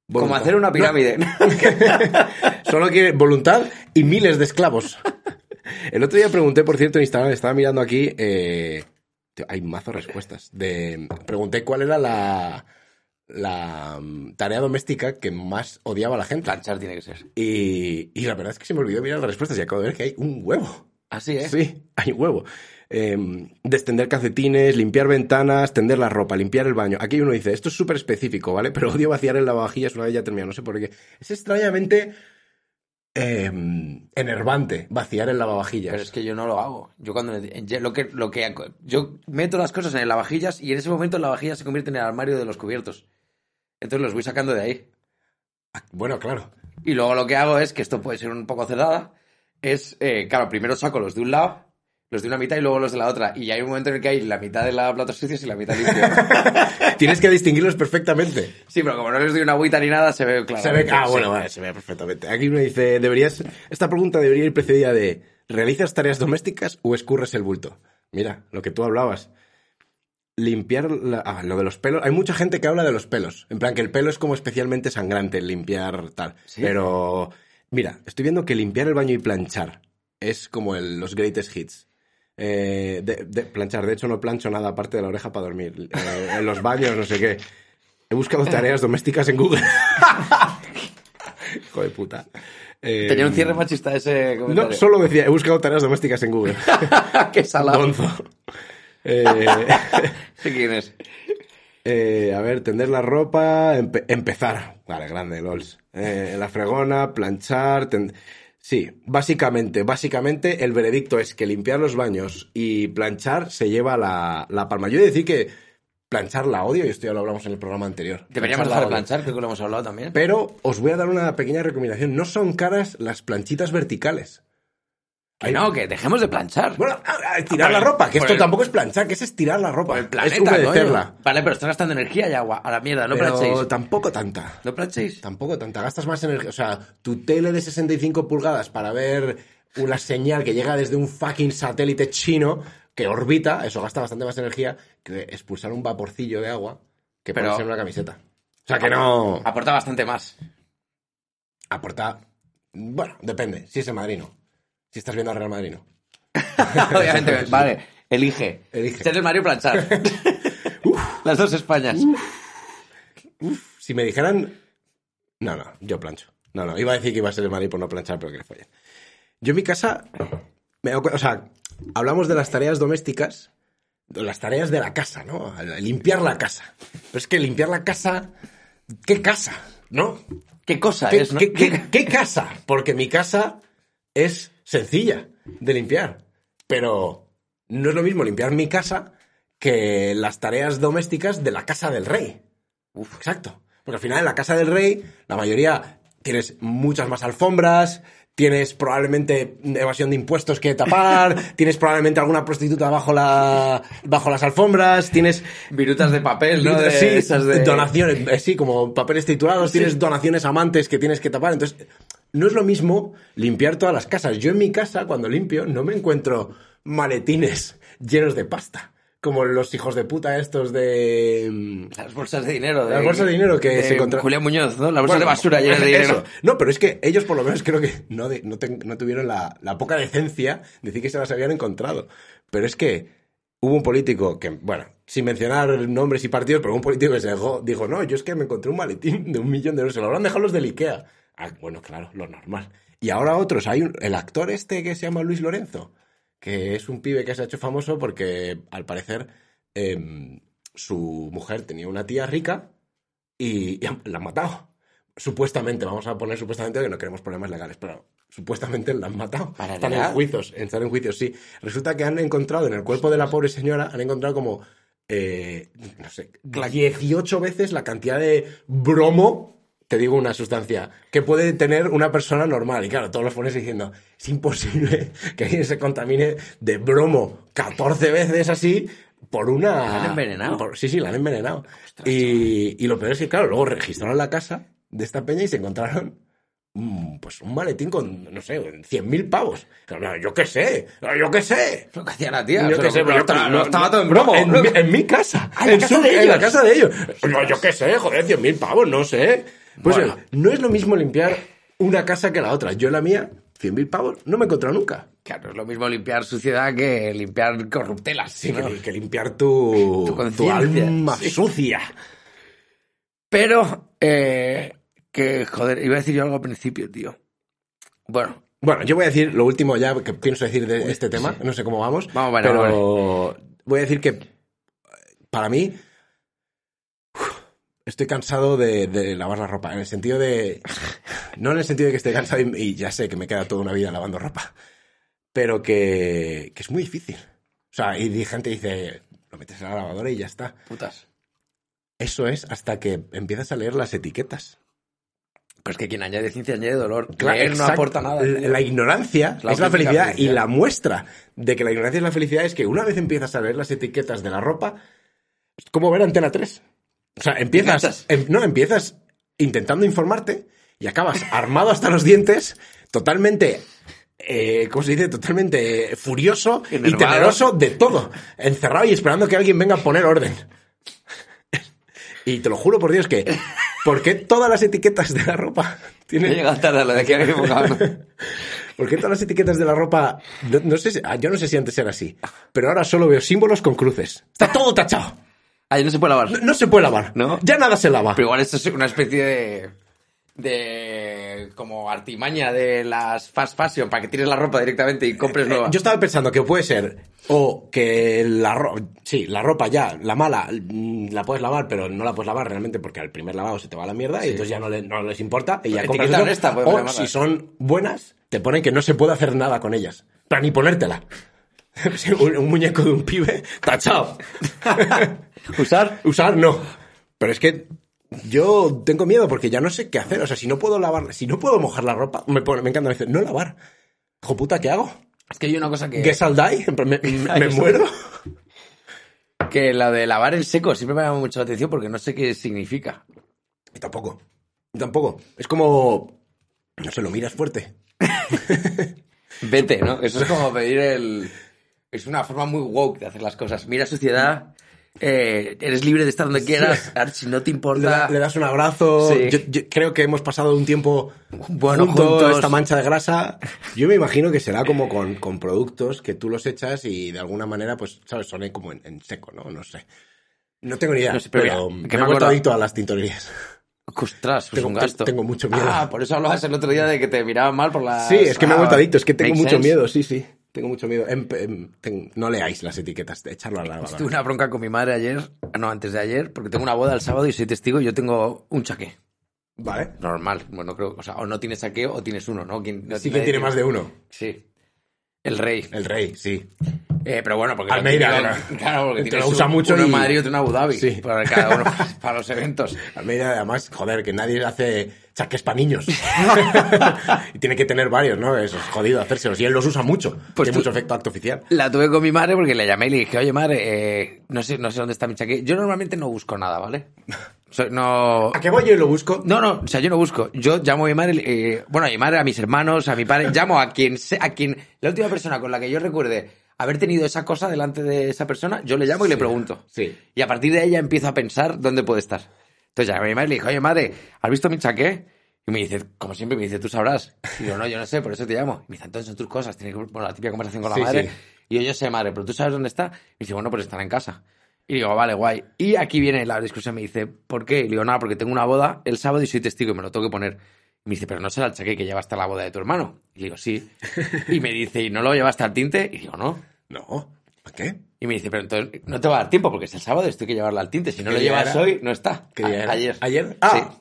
[SPEAKER 2] Como
[SPEAKER 1] Voluntad.
[SPEAKER 2] hacer
[SPEAKER 1] <laughs>
[SPEAKER 2] una pirámide.
[SPEAKER 1] No, solo quiere voluntad y miles de esclavos. El otro día pregunté, por cierto, en Instagram, estaba mirando aquí. eh, tío, hay mazo respuestas. De, pregunté cuál era la, la mm, tarea doméstica que más odiaba a la gente.
[SPEAKER 2] Planchar tiene que ser.
[SPEAKER 1] Y, y la verdad es que se me olvidó mirar las respuestas y acabo de ver que hay un huevo.
[SPEAKER 2] Así es.
[SPEAKER 1] Sí, hay un huevo. Eh, destender calcetines, limpiar ventanas, tender la ropa, limpiar el baño. Aquí uno dice, esto es súper específico, ¿vale? Pero odio vaciar el lavavajillas una vez ya terminado, no sé por qué. Es extrañamente eh, enervante vaciar el lavavajillas.
[SPEAKER 2] Pero es que yo no lo hago. Yo cuando me- yo- lo que, lo que yo meto las cosas en el lavavajillas y en ese momento el lavavajillas se convierte en el armario de los cubiertos. Entonces los voy sacando de ahí.
[SPEAKER 1] Bueno, claro. <laughs>
[SPEAKER 2] Y luego lo que hago es, que esto puede ser un poco cerrada, es, eh, claro, primero saco los de un lado, los de una mitad y luego los de la otra. Y hay un momento en el que hay la mitad de la platos sucios y la
[SPEAKER 1] <laughs>
[SPEAKER 2] mitad limpia.
[SPEAKER 1] Tienes que distinguirlos perfectamente.
[SPEAKER 2] sí, pero como no les doy una agüita ni nada, se ve claro.
[SPEAKER 1] Se ve, ah, bueno, vale, se ve perfectamente. Aquí uno dice, deberías, esta pregunta debería ir precedida de, ¿realizas tareas domésticas o escurres el bulto? Mira, lo que tú hablabas. Limpiar la- ah, lo de los pelos. Hay mucha gente que habla de los pelos. En plan, que el pelo es como especialmente sangrante, limpiar tal.
[SPEAKER 2] Sí.
[SPEAKER 1] Pero, mira, estoy viendo que limpiar el baño y planchar es como el- los greatest hits. Eh, de, de- planchar, de hecho no plancho nada aparte de la oreja para dormir. Eh, en los baños, no sé qué. He buscado tareas domésticas en Google. <laughs> Hijo de puta. Eh,
[SPEAKER 2] Tenía un cierre machista ese comentario.
[SPEAKER 1] No, solo decía, he buscado tareas domésticas en
[SPEAKER 2] <laughs>
[SPEAKER 1] Google.
[SPEAKER 2] Qué salado.
[SPEAKER 1] Gonzo. Eh,
[SPEAKER 2] Sí, ¿Quién es?
[SPEAKER 1] Eh, a ver, tender la ropa, empe- empezar. Vale, grande, LOLs. Eh, la fregona, planchar. ten- Sí, básicamente, básicamente el veredicto es que limpiar los baños y planchar se lleva la, la palma. Yo he de decir que planchar la odio y esto ya lo hablamos en el programa anterior. Planchar
[SPEAKER 2] Deberíamos dejar
[SPEAKER 1] la
[SPEAKER 2] de
[SPEAKER 1] odio.
[SPEAKER 2] planchar, creo que lo hemos hablado también.
[SPEAKER 1] Pero os voy a dar una pequeña recomendación. No son caras las planchitas verticales.
[SPEAKER 2] Que no, que dejemos de planchar.
[SPEAKER 1] Bueno, a- a estirar la
[SPEAKER 2] Por el-
[SPEAKER 1] ropa, que
[SPEAKER 2] por
[SPEAKER 1] esto
[SPEAKER 2] el-
[SPEAKER 1] tampoco es planchar, que es estirar la ropa.
[SPEAKER 2] pues el planeta,
[SPEAKER 1] es humedecerla.
[SPEAKER 2] coño. Vale, pero está gastando energía y agua. A la mierda, no
[SPEAKER 1] pero
[SPEAKER 2] planchéis.
[SPEAKER 1] tampoco tanta.
[SPEAKER 2] No planchéis.
[SPEAKER 1] Tampoco tanta, gastas más energía. O sea, tu tele de 65 pulgadas para ver una señal que llega desde un fucking satélite chino que orbita, eso gasta bastante más energía que expulsar un vaporcillo de agua que
[SPEAKER 2] Pero-
[SPEAKER 1] ponerse en una camiseta. O sea, que no
[SPEAKER 2] Aporta
[SPEAKER 1] <laughs>
[SPEAKER 2] bastante más. <laughs>
[SPEAKER 1] aporta... Bueno, depende, si es el madrino. Si estás viendo al Real Madrino.
[SPEAKER 2] Obviamente. vale, elige.
[SPEAKER 1] Elige.
[SPEAKER 2] Ser el
[SPEAKER 1] <laughs>
[SPEAKER 2] Mario planchar. Las dos Españas.
[SPEAKER 1] Si me dijeran... No, no, yo plancho. No, no, iba a decir que iba a ser el Madrid por no planchar, pero que le follen. Yo en mi casa, me doy cu- o sea, hablamos de las tareas domésticas, de las tareas de la casa, ¿no? Al- al Limpiar la casa. Pero es que limpiar la casa, ¿qué casa? ¿No?
[SPEAKER 2] ¿Qué cosa
[SPEAKER 1] ¿Qué,
[SPEAKER 2] es, no?
[SPEAKER 1] qué-
[SPEAKER 2] <laughs>
[SPEAKER 1] qué- qué casa? Porque mi casa es sencilla de limpiar, pero no es lo mismo limpiar mi casa que las tareas domésticas de la casa del rey. Uf, exacto. Porque al final en la casa del rey, la mayoría tienes muchas más alfombras, tienes probablemente evasión de impuestos que tapar, <laughs> tienes probablemente alguna prostituta bajo, la, bajo las alfombras, tienes
[SPEAKER 2] Virutas de papel, ¿no? <laughs> De,
[SPEAKER 1] sí,
[SPEAKER 2] esas de...
[SPEAKER 1] donaciones, eh, sí, como papeles titulados, tienes donaciones amantes que tienes que tapar. Entonces, no es lo mismo limpiar todas las casas. Yo en mi casa, cuando limpio, no me encuentro maletines llenos de pasta. Como los hijos de puta estos de... mm,
[SPEAKER 2] Las bolsas de dinero. De,
[SPEAKER 1] Las bolsas de dinero que se encontra-
[SPEAKER 2] Julián Muñoz, ¿no? La bolsa
[SPEAKER 1] bueno,
[SPEAKER 2] de basura llena de
[SPEAKER 1] eso.
[SPEAKER 2] dinero.
[SPEAKER 1] No, pero es que ellos por lo menos creo que no, de- no, ten- no tuvieron la, la poca decencia de decir que se las habían encontrado. Pero es que hubo un político que, bueno, sin mencionar nombres y partidos, pero un político que se dejó, dijo, no, yo es que me encontré un maletín de un millón de euros, se lo habrán dejado los del Ikea. Ah, bueno, claro, lo normal. Y ahora otros, hay un- el actor este que se llama Luis Lorenzo, que es un pibe que se ha hecho famoso porque, al parecer, em, su mujer tenía una tía rica y, <laughs> y han- la han matado. Supuestamente, vamos a poner supuestamente que no queremos problemas legales, pero supuestamente la han matado.
[SPEAKER 2] Para
[SPEAKER 1] están en
[SPEAKER 2] nada.
[SPEAKER 1] juicios, están en juicios, sí. Resulta que han encontrado en el cuerpo de la pobre señora, han encontrado como, eh, no sé, 18 veces la cantidad de bromo, te digo una sustancia, que puede tener una persona normal. Y claro, todos los pones diciendo, es imposible <laughs> que alguien se contamine de bromo 14 veces así por una...
[SPEAKER 2] La han envenenado.
[SPEAKER 1] Ah. por- sí, sí, la han envenenado. Y, y lo peor es que, claro, luego registraron la casa de esta peña y se encontraron mm, pues un maletín con, no sé, 100.000 pavos. Claro, no, yo qué sé, no, yo qué sé.
[SPEAKER 2] Lo que hacía la tía.
[SPEAKER 1] yo
[SPEAKER 2] o sea,
[SPEAKER 1] qué sé, pero
[SPEAKER 2] no,
[SPEAKER 1] yo-
[SPEAKER 2] no, no estaba
[SPEAKER 1] no,
[SPEAKER 2] todo en bromo.
[SPEAKER 1] En,
[SPEAKER 2] ¿no?
[SPEAKER 1] mi, en mi casa.
[SPEAKER 2] Ah, en la
[SPEAKER 1] en,
[SPEAKER 2] casa
[SPEAKER 1] su-
[SPEAKER 2] de
[SPEAKER 1] en la
[SPEAKER 2] ellos.
[SPEAKER 1] casa de ellos. No, yo qué sé, joder, 100.000 pavos, no sé. Pues
[SPEAKER 2] Bueno.
[SPEAKER 1] eh, no es lo mismo limpiar una casa que la otra. Yo en la mía, 100.000 pavos, no me he encontrado nunca.
[SPEAKER 2] Claro, es lo mismo limpiar suciedad que limpiar corruptelas.
[SPEAKER 1] Sí,
[SPEAKER 2] ¿no?
[SPEAKER 1] que, que limpiar tu,
[SPEAKER 2] Tu
[SPEAKER 1] tu
[SPEAKER 2] conciencia,
[SPEAKER 1] alma
[SPEAKER 2] sí.
[SPEAKER 1] sucia.
[SPEAKER 2] Pero, eh, que, joder, iba a decir yo algo al principio, tío. Bueno,
[SPEAKER 1] Bueno, yo voy a decir lo último ya que pienso decir de este tema. No sé cómo vamos.
[SPEAKER 2] Vamos, bueno,
[SPEAKER 1] pero voy a decir que para mí uf, estoy cansado de, de lavar la ropa. En el sentido de. No en el sentido de que esté cansado y, y ya sé que me queda toda una vida lavando ropa. Pero que, que es muy difícil. O sea, y di- gente dice, lo metes en la lavadora y ya está.
[SPEAKER 2] putas.
[SPEAKER 1] Eso es hasta que empiezas a leer las etiquetas.
[SPEAKER 2] Pero es que quien añade ciencia añade dolor.
[SPEAKER 1] Claro,
[SPEAKER 2] Leer no
[SPEAKER 1] exacto.
[SPEAKER 2] aporta nada.
[SPEAKER 1] La,
[SPEAKER 2] tío.
[SPEAKER 1] la ignorancia
[SPEAKER 2] La
[SPEAKER 1] es la
[SPEAKER 2] auténtica
[SPEAKER 1] felicidad, y
[SPEAKER 2] felicidad.
[SPEAKER 1] la muestra de que la ignorancia es la felicidad es que una vez empiezas a leer las etiquetas de la ropa, es como ver Antena 3. O sea, empiezas,
[SPEAKER 2] enganchas.
[SPEAKER 1] em- no, empiezas intentando informarte y acabas <laughs> armado hasta los dientes, totalmente, eh, ¿cómo se dice? Totalmente furioso y
[SPEAKER 2] Enervado.
[SPEAKER 1] temeroso de todo, encerrado y esperando que alguien venga a poner orden. <laughs> Y te lo juro por Dios que, ¿por qué todas las etiquetas de la ropa
[SPEAKER 2] He
[SPEAKER 1] tienen
[SPEAKER 2] llegado tarde a lo de que había
[SPEAKER 1] <laughs>
[SPEAKER 2] enfocado.
[SPEAKER 1] ¿Por qué todas las etiquetas de la ropa? No, no sé si- ah, yo no sé si antes era así, pero ahora solo veo símbolos con cruces. Está todo tachado.
[SPEAKER 2] <laughs> Ahí no se puede lavar.
[SPEAKER 1] No se puede lavar.
[SPEAKER 2] ¿No?
[SPEAKER 1] Ya nada se lava.
[SPEAKER 2] Pero igual esto es una especie de... de como artimaña de las fast fashion para que tires la ropa directamente y compres
[SPEAKER 1] Eh,
[SPEAKER 2] nueva.
[SPEAKER 1] Yo estaba pensando que puede ser o que la ropa, sí, la ropa ya, la mala, mm, la puedes lavar, pero no la puedes lavar realmente porque al primer lavado se te va a la mierda y entonces ya no, le- no les importa y ya
[SPEAKER 2] Etiqueta
[SPEAKER 1] compras eso.
[SPEAKER 2] honesta, podemos
[SPEAKER 1] O
[SPEAKER 2] llamarla.
[SPEAKER 1] si son buenas, te ponen que no se puede hacer nada con ellas, para ni ponértela. <laughs> Sí, un, un muñeco de un pibe tachado.
[SPEAKER 2] <laughs> usar.
[SPEAKER 1] Usar no. Pero es que yo tengo miedo porque ya no sé qué hacer. O sea, si no puedo lavar, si no puedo mojar la ropa, me, pone- me encanta decir, no lavar. Hijo puta, ¿qué hago?
[SPEAKER 2] Es que hay una cosa que.
[SPEAKER 1] ¿Guess I'll die? En plan, ¿Me, <laughs> me- me muero?
[SPEAKER 2] Que la de lavar el seco siempre me ha llamado mucho la atención porque no sé qué significa.
[SPEAKER 1] Y tampoco. Y tampoco. Es como... No sé, lo miras fuerte.
[SPEAKER 2] Vete, ¿no? Eso es como pedir el. Es una forma muy woke de hacer las cosas. Mira, sociedad, eh, eres libre de estar donde quieras, si no te
[SPEAKER 1] Le,
[SPEAKER 2] importa.
[SPEAKER 1] da- le das un abrazo.
[SPEAKER 2] Sí.
[SPEAKER 1] Yo, yo creo que hemos pasado un tiempo
[SPEAKER 2] Bueno, juntos.
[SPEAKER 1] esta mancha de grasa. Yo me imagino que será como con, con productos que tú los echas y de alguna manera, pues, ¿sabes? Son ahí como en, en seco, ¿no? No sé. No tengo ni idea,
[SPEAKER 2] No sé, pero
[SPEAKER 1] pero,
[SPEAKER 2] mira,
[SPEAKER 1] me
[SPEAKER 2] que
[SPEAKER 1] he
[SPEAKER 2] me
[SPEAKER 1] vuelto
[SPEAKER 2] acuerdo-
[SPEAKER 1] adicto a las tintorerías.
[SPEAKER 2] Ostras, pues
[SPEAKER 1] Tengo-
[SPEAKER 2] un gasto.
[SPEAKER 1] tengo mucho miedo.
[SPEAKER 2] Ah, por eso hablabas el otro día de que te miraban mal por Ah, la.
[SPEAKER 1] Sí, es que me he vuelto adicto, es que tengo mucho
[SPEAKER 2] miedo
[SPEAKER 1] miedo, sí, sí. Tengo mucho miedo. Em- em, ten- no leáis las etiquetas, echarlo a la
[SPEAKER 2] Tuve
[SPEAKER 1] lavadora.
[SPEAKER 2] una bronca con mi madre ayer, no, antes de ayer, porque tengo una boda el sábado y soy testigo y yo tengo un chaqué.
[SPEAKER 1] Vale.
[SPEAKER 2] Normal, bueno, creo, o sea, o no tienes chaqué o tienes uno, ¿no? ¿Quién, no
[SPEAKER 1] Sí que
[SPEAKER 2] nadie
[SPEAKER 1] tiene más de uno.
[SPEAKER 2] Sí. El rey.
[SPEAKER 1] El rey, sí.
[SPEAKER 2] Eh, pero bueno, porque...
[SPEAKER 1] Almeida,
[SPEAKER 2] lo
[SPEAKER 1] claro.
[SPEAKER 2] <laughs> Claro, porque
[SPEAKER 1] Te
[SPEAKER 2] tienes
[SPEAKER 1] lo usa
[SPEAKER 2] un-
[SPEAKER 1] mucho
[SPEAKER 2] uno en
[SPEAKER 1] y-
[SPEAKER 2] Madrid y otro en Abu Dhabi.
[SPEAKER 1] Sí.
[SPEAKER 2] Para cada uno, <laughs> para los eventos.
[SPEAKER 1] Almeida, además, joder, que nadie le hace chaques para <laughs> niños. y tiene que tener varios, ¿no? Eso es jodido hacérselos. Y él los usa mucho.
[SPEAKER 2] Pues
[SPEAKER 1] tiene
[SPEAKER 2] tú-
[SPEAKER 1] mucho efecto acto oficial.
[SPEAKER 2] La tuve con mi madre porque le llamé y le dije, oye, madre, eh, no, sé, no sé dónde está mi chaqué. Yo normalmente no busco
[SPEAKER 1] <laughs>
[SPEAKER 2] nada, ¿vale? Soy- no...
[SPEAKER 1] ¿A qué voy yo y lo busco?
[SPEAKER 2] No, no, o sea, yo no busco. Yo llamo a mi madre, eh, bueno, a mi madre, a mis hermanos, a mi padre,
[SPEAKER 1] <laughs>
[SPEAKER 2] llamo a quien se- a quien, la última persona con la que yo recuerde haber tenido esa cosa delante de esa persona, yo le llamo y le pregunto.
[SPEAKER 1] sí.
[SPEAKER 2] Y a partir de ella empiezo a pensar dónde puede estar. Entonces llamé a mi madre y le dije, oye, madre, ¿has visto mi chaqué? Y me dice, como siempre, me dice, tú sabrás. Y yo, no, yo no sé, por eso te llamo. Y me dice, entonces son tus cosas, tienes que, bueno, la típica conversación con la
[SPEAKER 1] Sí,
[SPEAKER 2] madre.
[SPEAKER 1] sí.
[SPEAKER 2] Y yo, yo sé, madre, pero tú sabes dónde está. Y dice, bueno, pues estará en casa. Y digo, vale, guay. Y aquí viene la discusión. Me dice, ¿por qué? Y digo, nada, porque tengo una boda el sábado y soy testigo y me lo tengo que poner. Y me dice, pero no será el chaqué que lleva hasta la boda de tu hermano. Y digo, sí. Y me dice, ¿y no lo llevaste al tinte? Y digo, no.
[SPEAKER 1] No. ¿A qué?
[SPEAKER 2] Y me dice, pero entonces no te va a dar tiempo porque es el sábado, esto hay que llevarlo al tinte. Si no
[SPEAKER 1] ¿Qué
[SPEAKER 2] lo
[SPEAKER 1] día
[SPEAKER 2] llevas
[SPEAKER 1] era?
[SPEAKER 2] hoy, no está.
[SPEAKER 1] ¿Qué
[SPEAKER 2] A-
[SPEAKER 1] día era?
[SPEAKER 2] Ayer.
[SPEAKER 1] ¿Ayer? Ah,
[SPEAKER 2] Sí.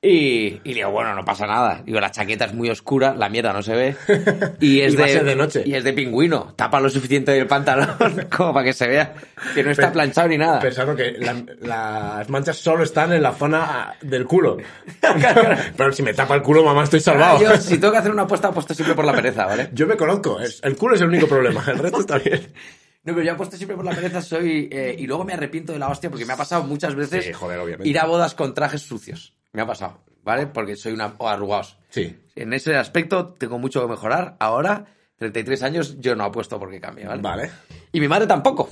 [SPEAKER 2] Y, y digo, bueno, no pasa nada. Digo, la chaqueta es muy oscura, la mierda no
[SPEAKER 1] <laughs>
[SPEAKER 2] se ve. Y es
[SPEAKER 1] Y va a ser de noche.
[SPEAKER 2] Y es de pingüino. Tapa lo suficiente del pantalón <laughs> como para que se vea que no está planchado ni nada.
[SPEAKER 1] Ah. Pensando que la- las manchas solo están en la zona ah, del <laughs> culo. Ah, Pero si me tapa el culo, mamá, estoy salvado.
[SPEAKER 2] Ah, Yo, si tengo que hacer una apuesta, apuesto siempre por la pereza, ¿vale?
[SPEAKER 1] <laughs> Yo me conozco. es- El culo es el único problema. El resto está bien.
[SPEAKER 2] No, pero yo apuesto siempre por la pereza, soy. eh, y luego me arrepiento de la hostia porque me ha pasado muchas veces
[SPEAKER 1] Sí, joder, obviamente.
[SPEAKER 2] ir a bodas con trajes sucios. Me ha pasado, ¿vale? Porque soy una. o arrugados.
[SPEAKER 1] Sí.
[SPEAKER 2] En ese aspecto tengo mucho que mejorar. Ahora, 33 años, yo no apuesto porque cambie, ¿vale?
[SPEAKER 1] Vale.
[SPEAKER 2] Y mi madre tampoco.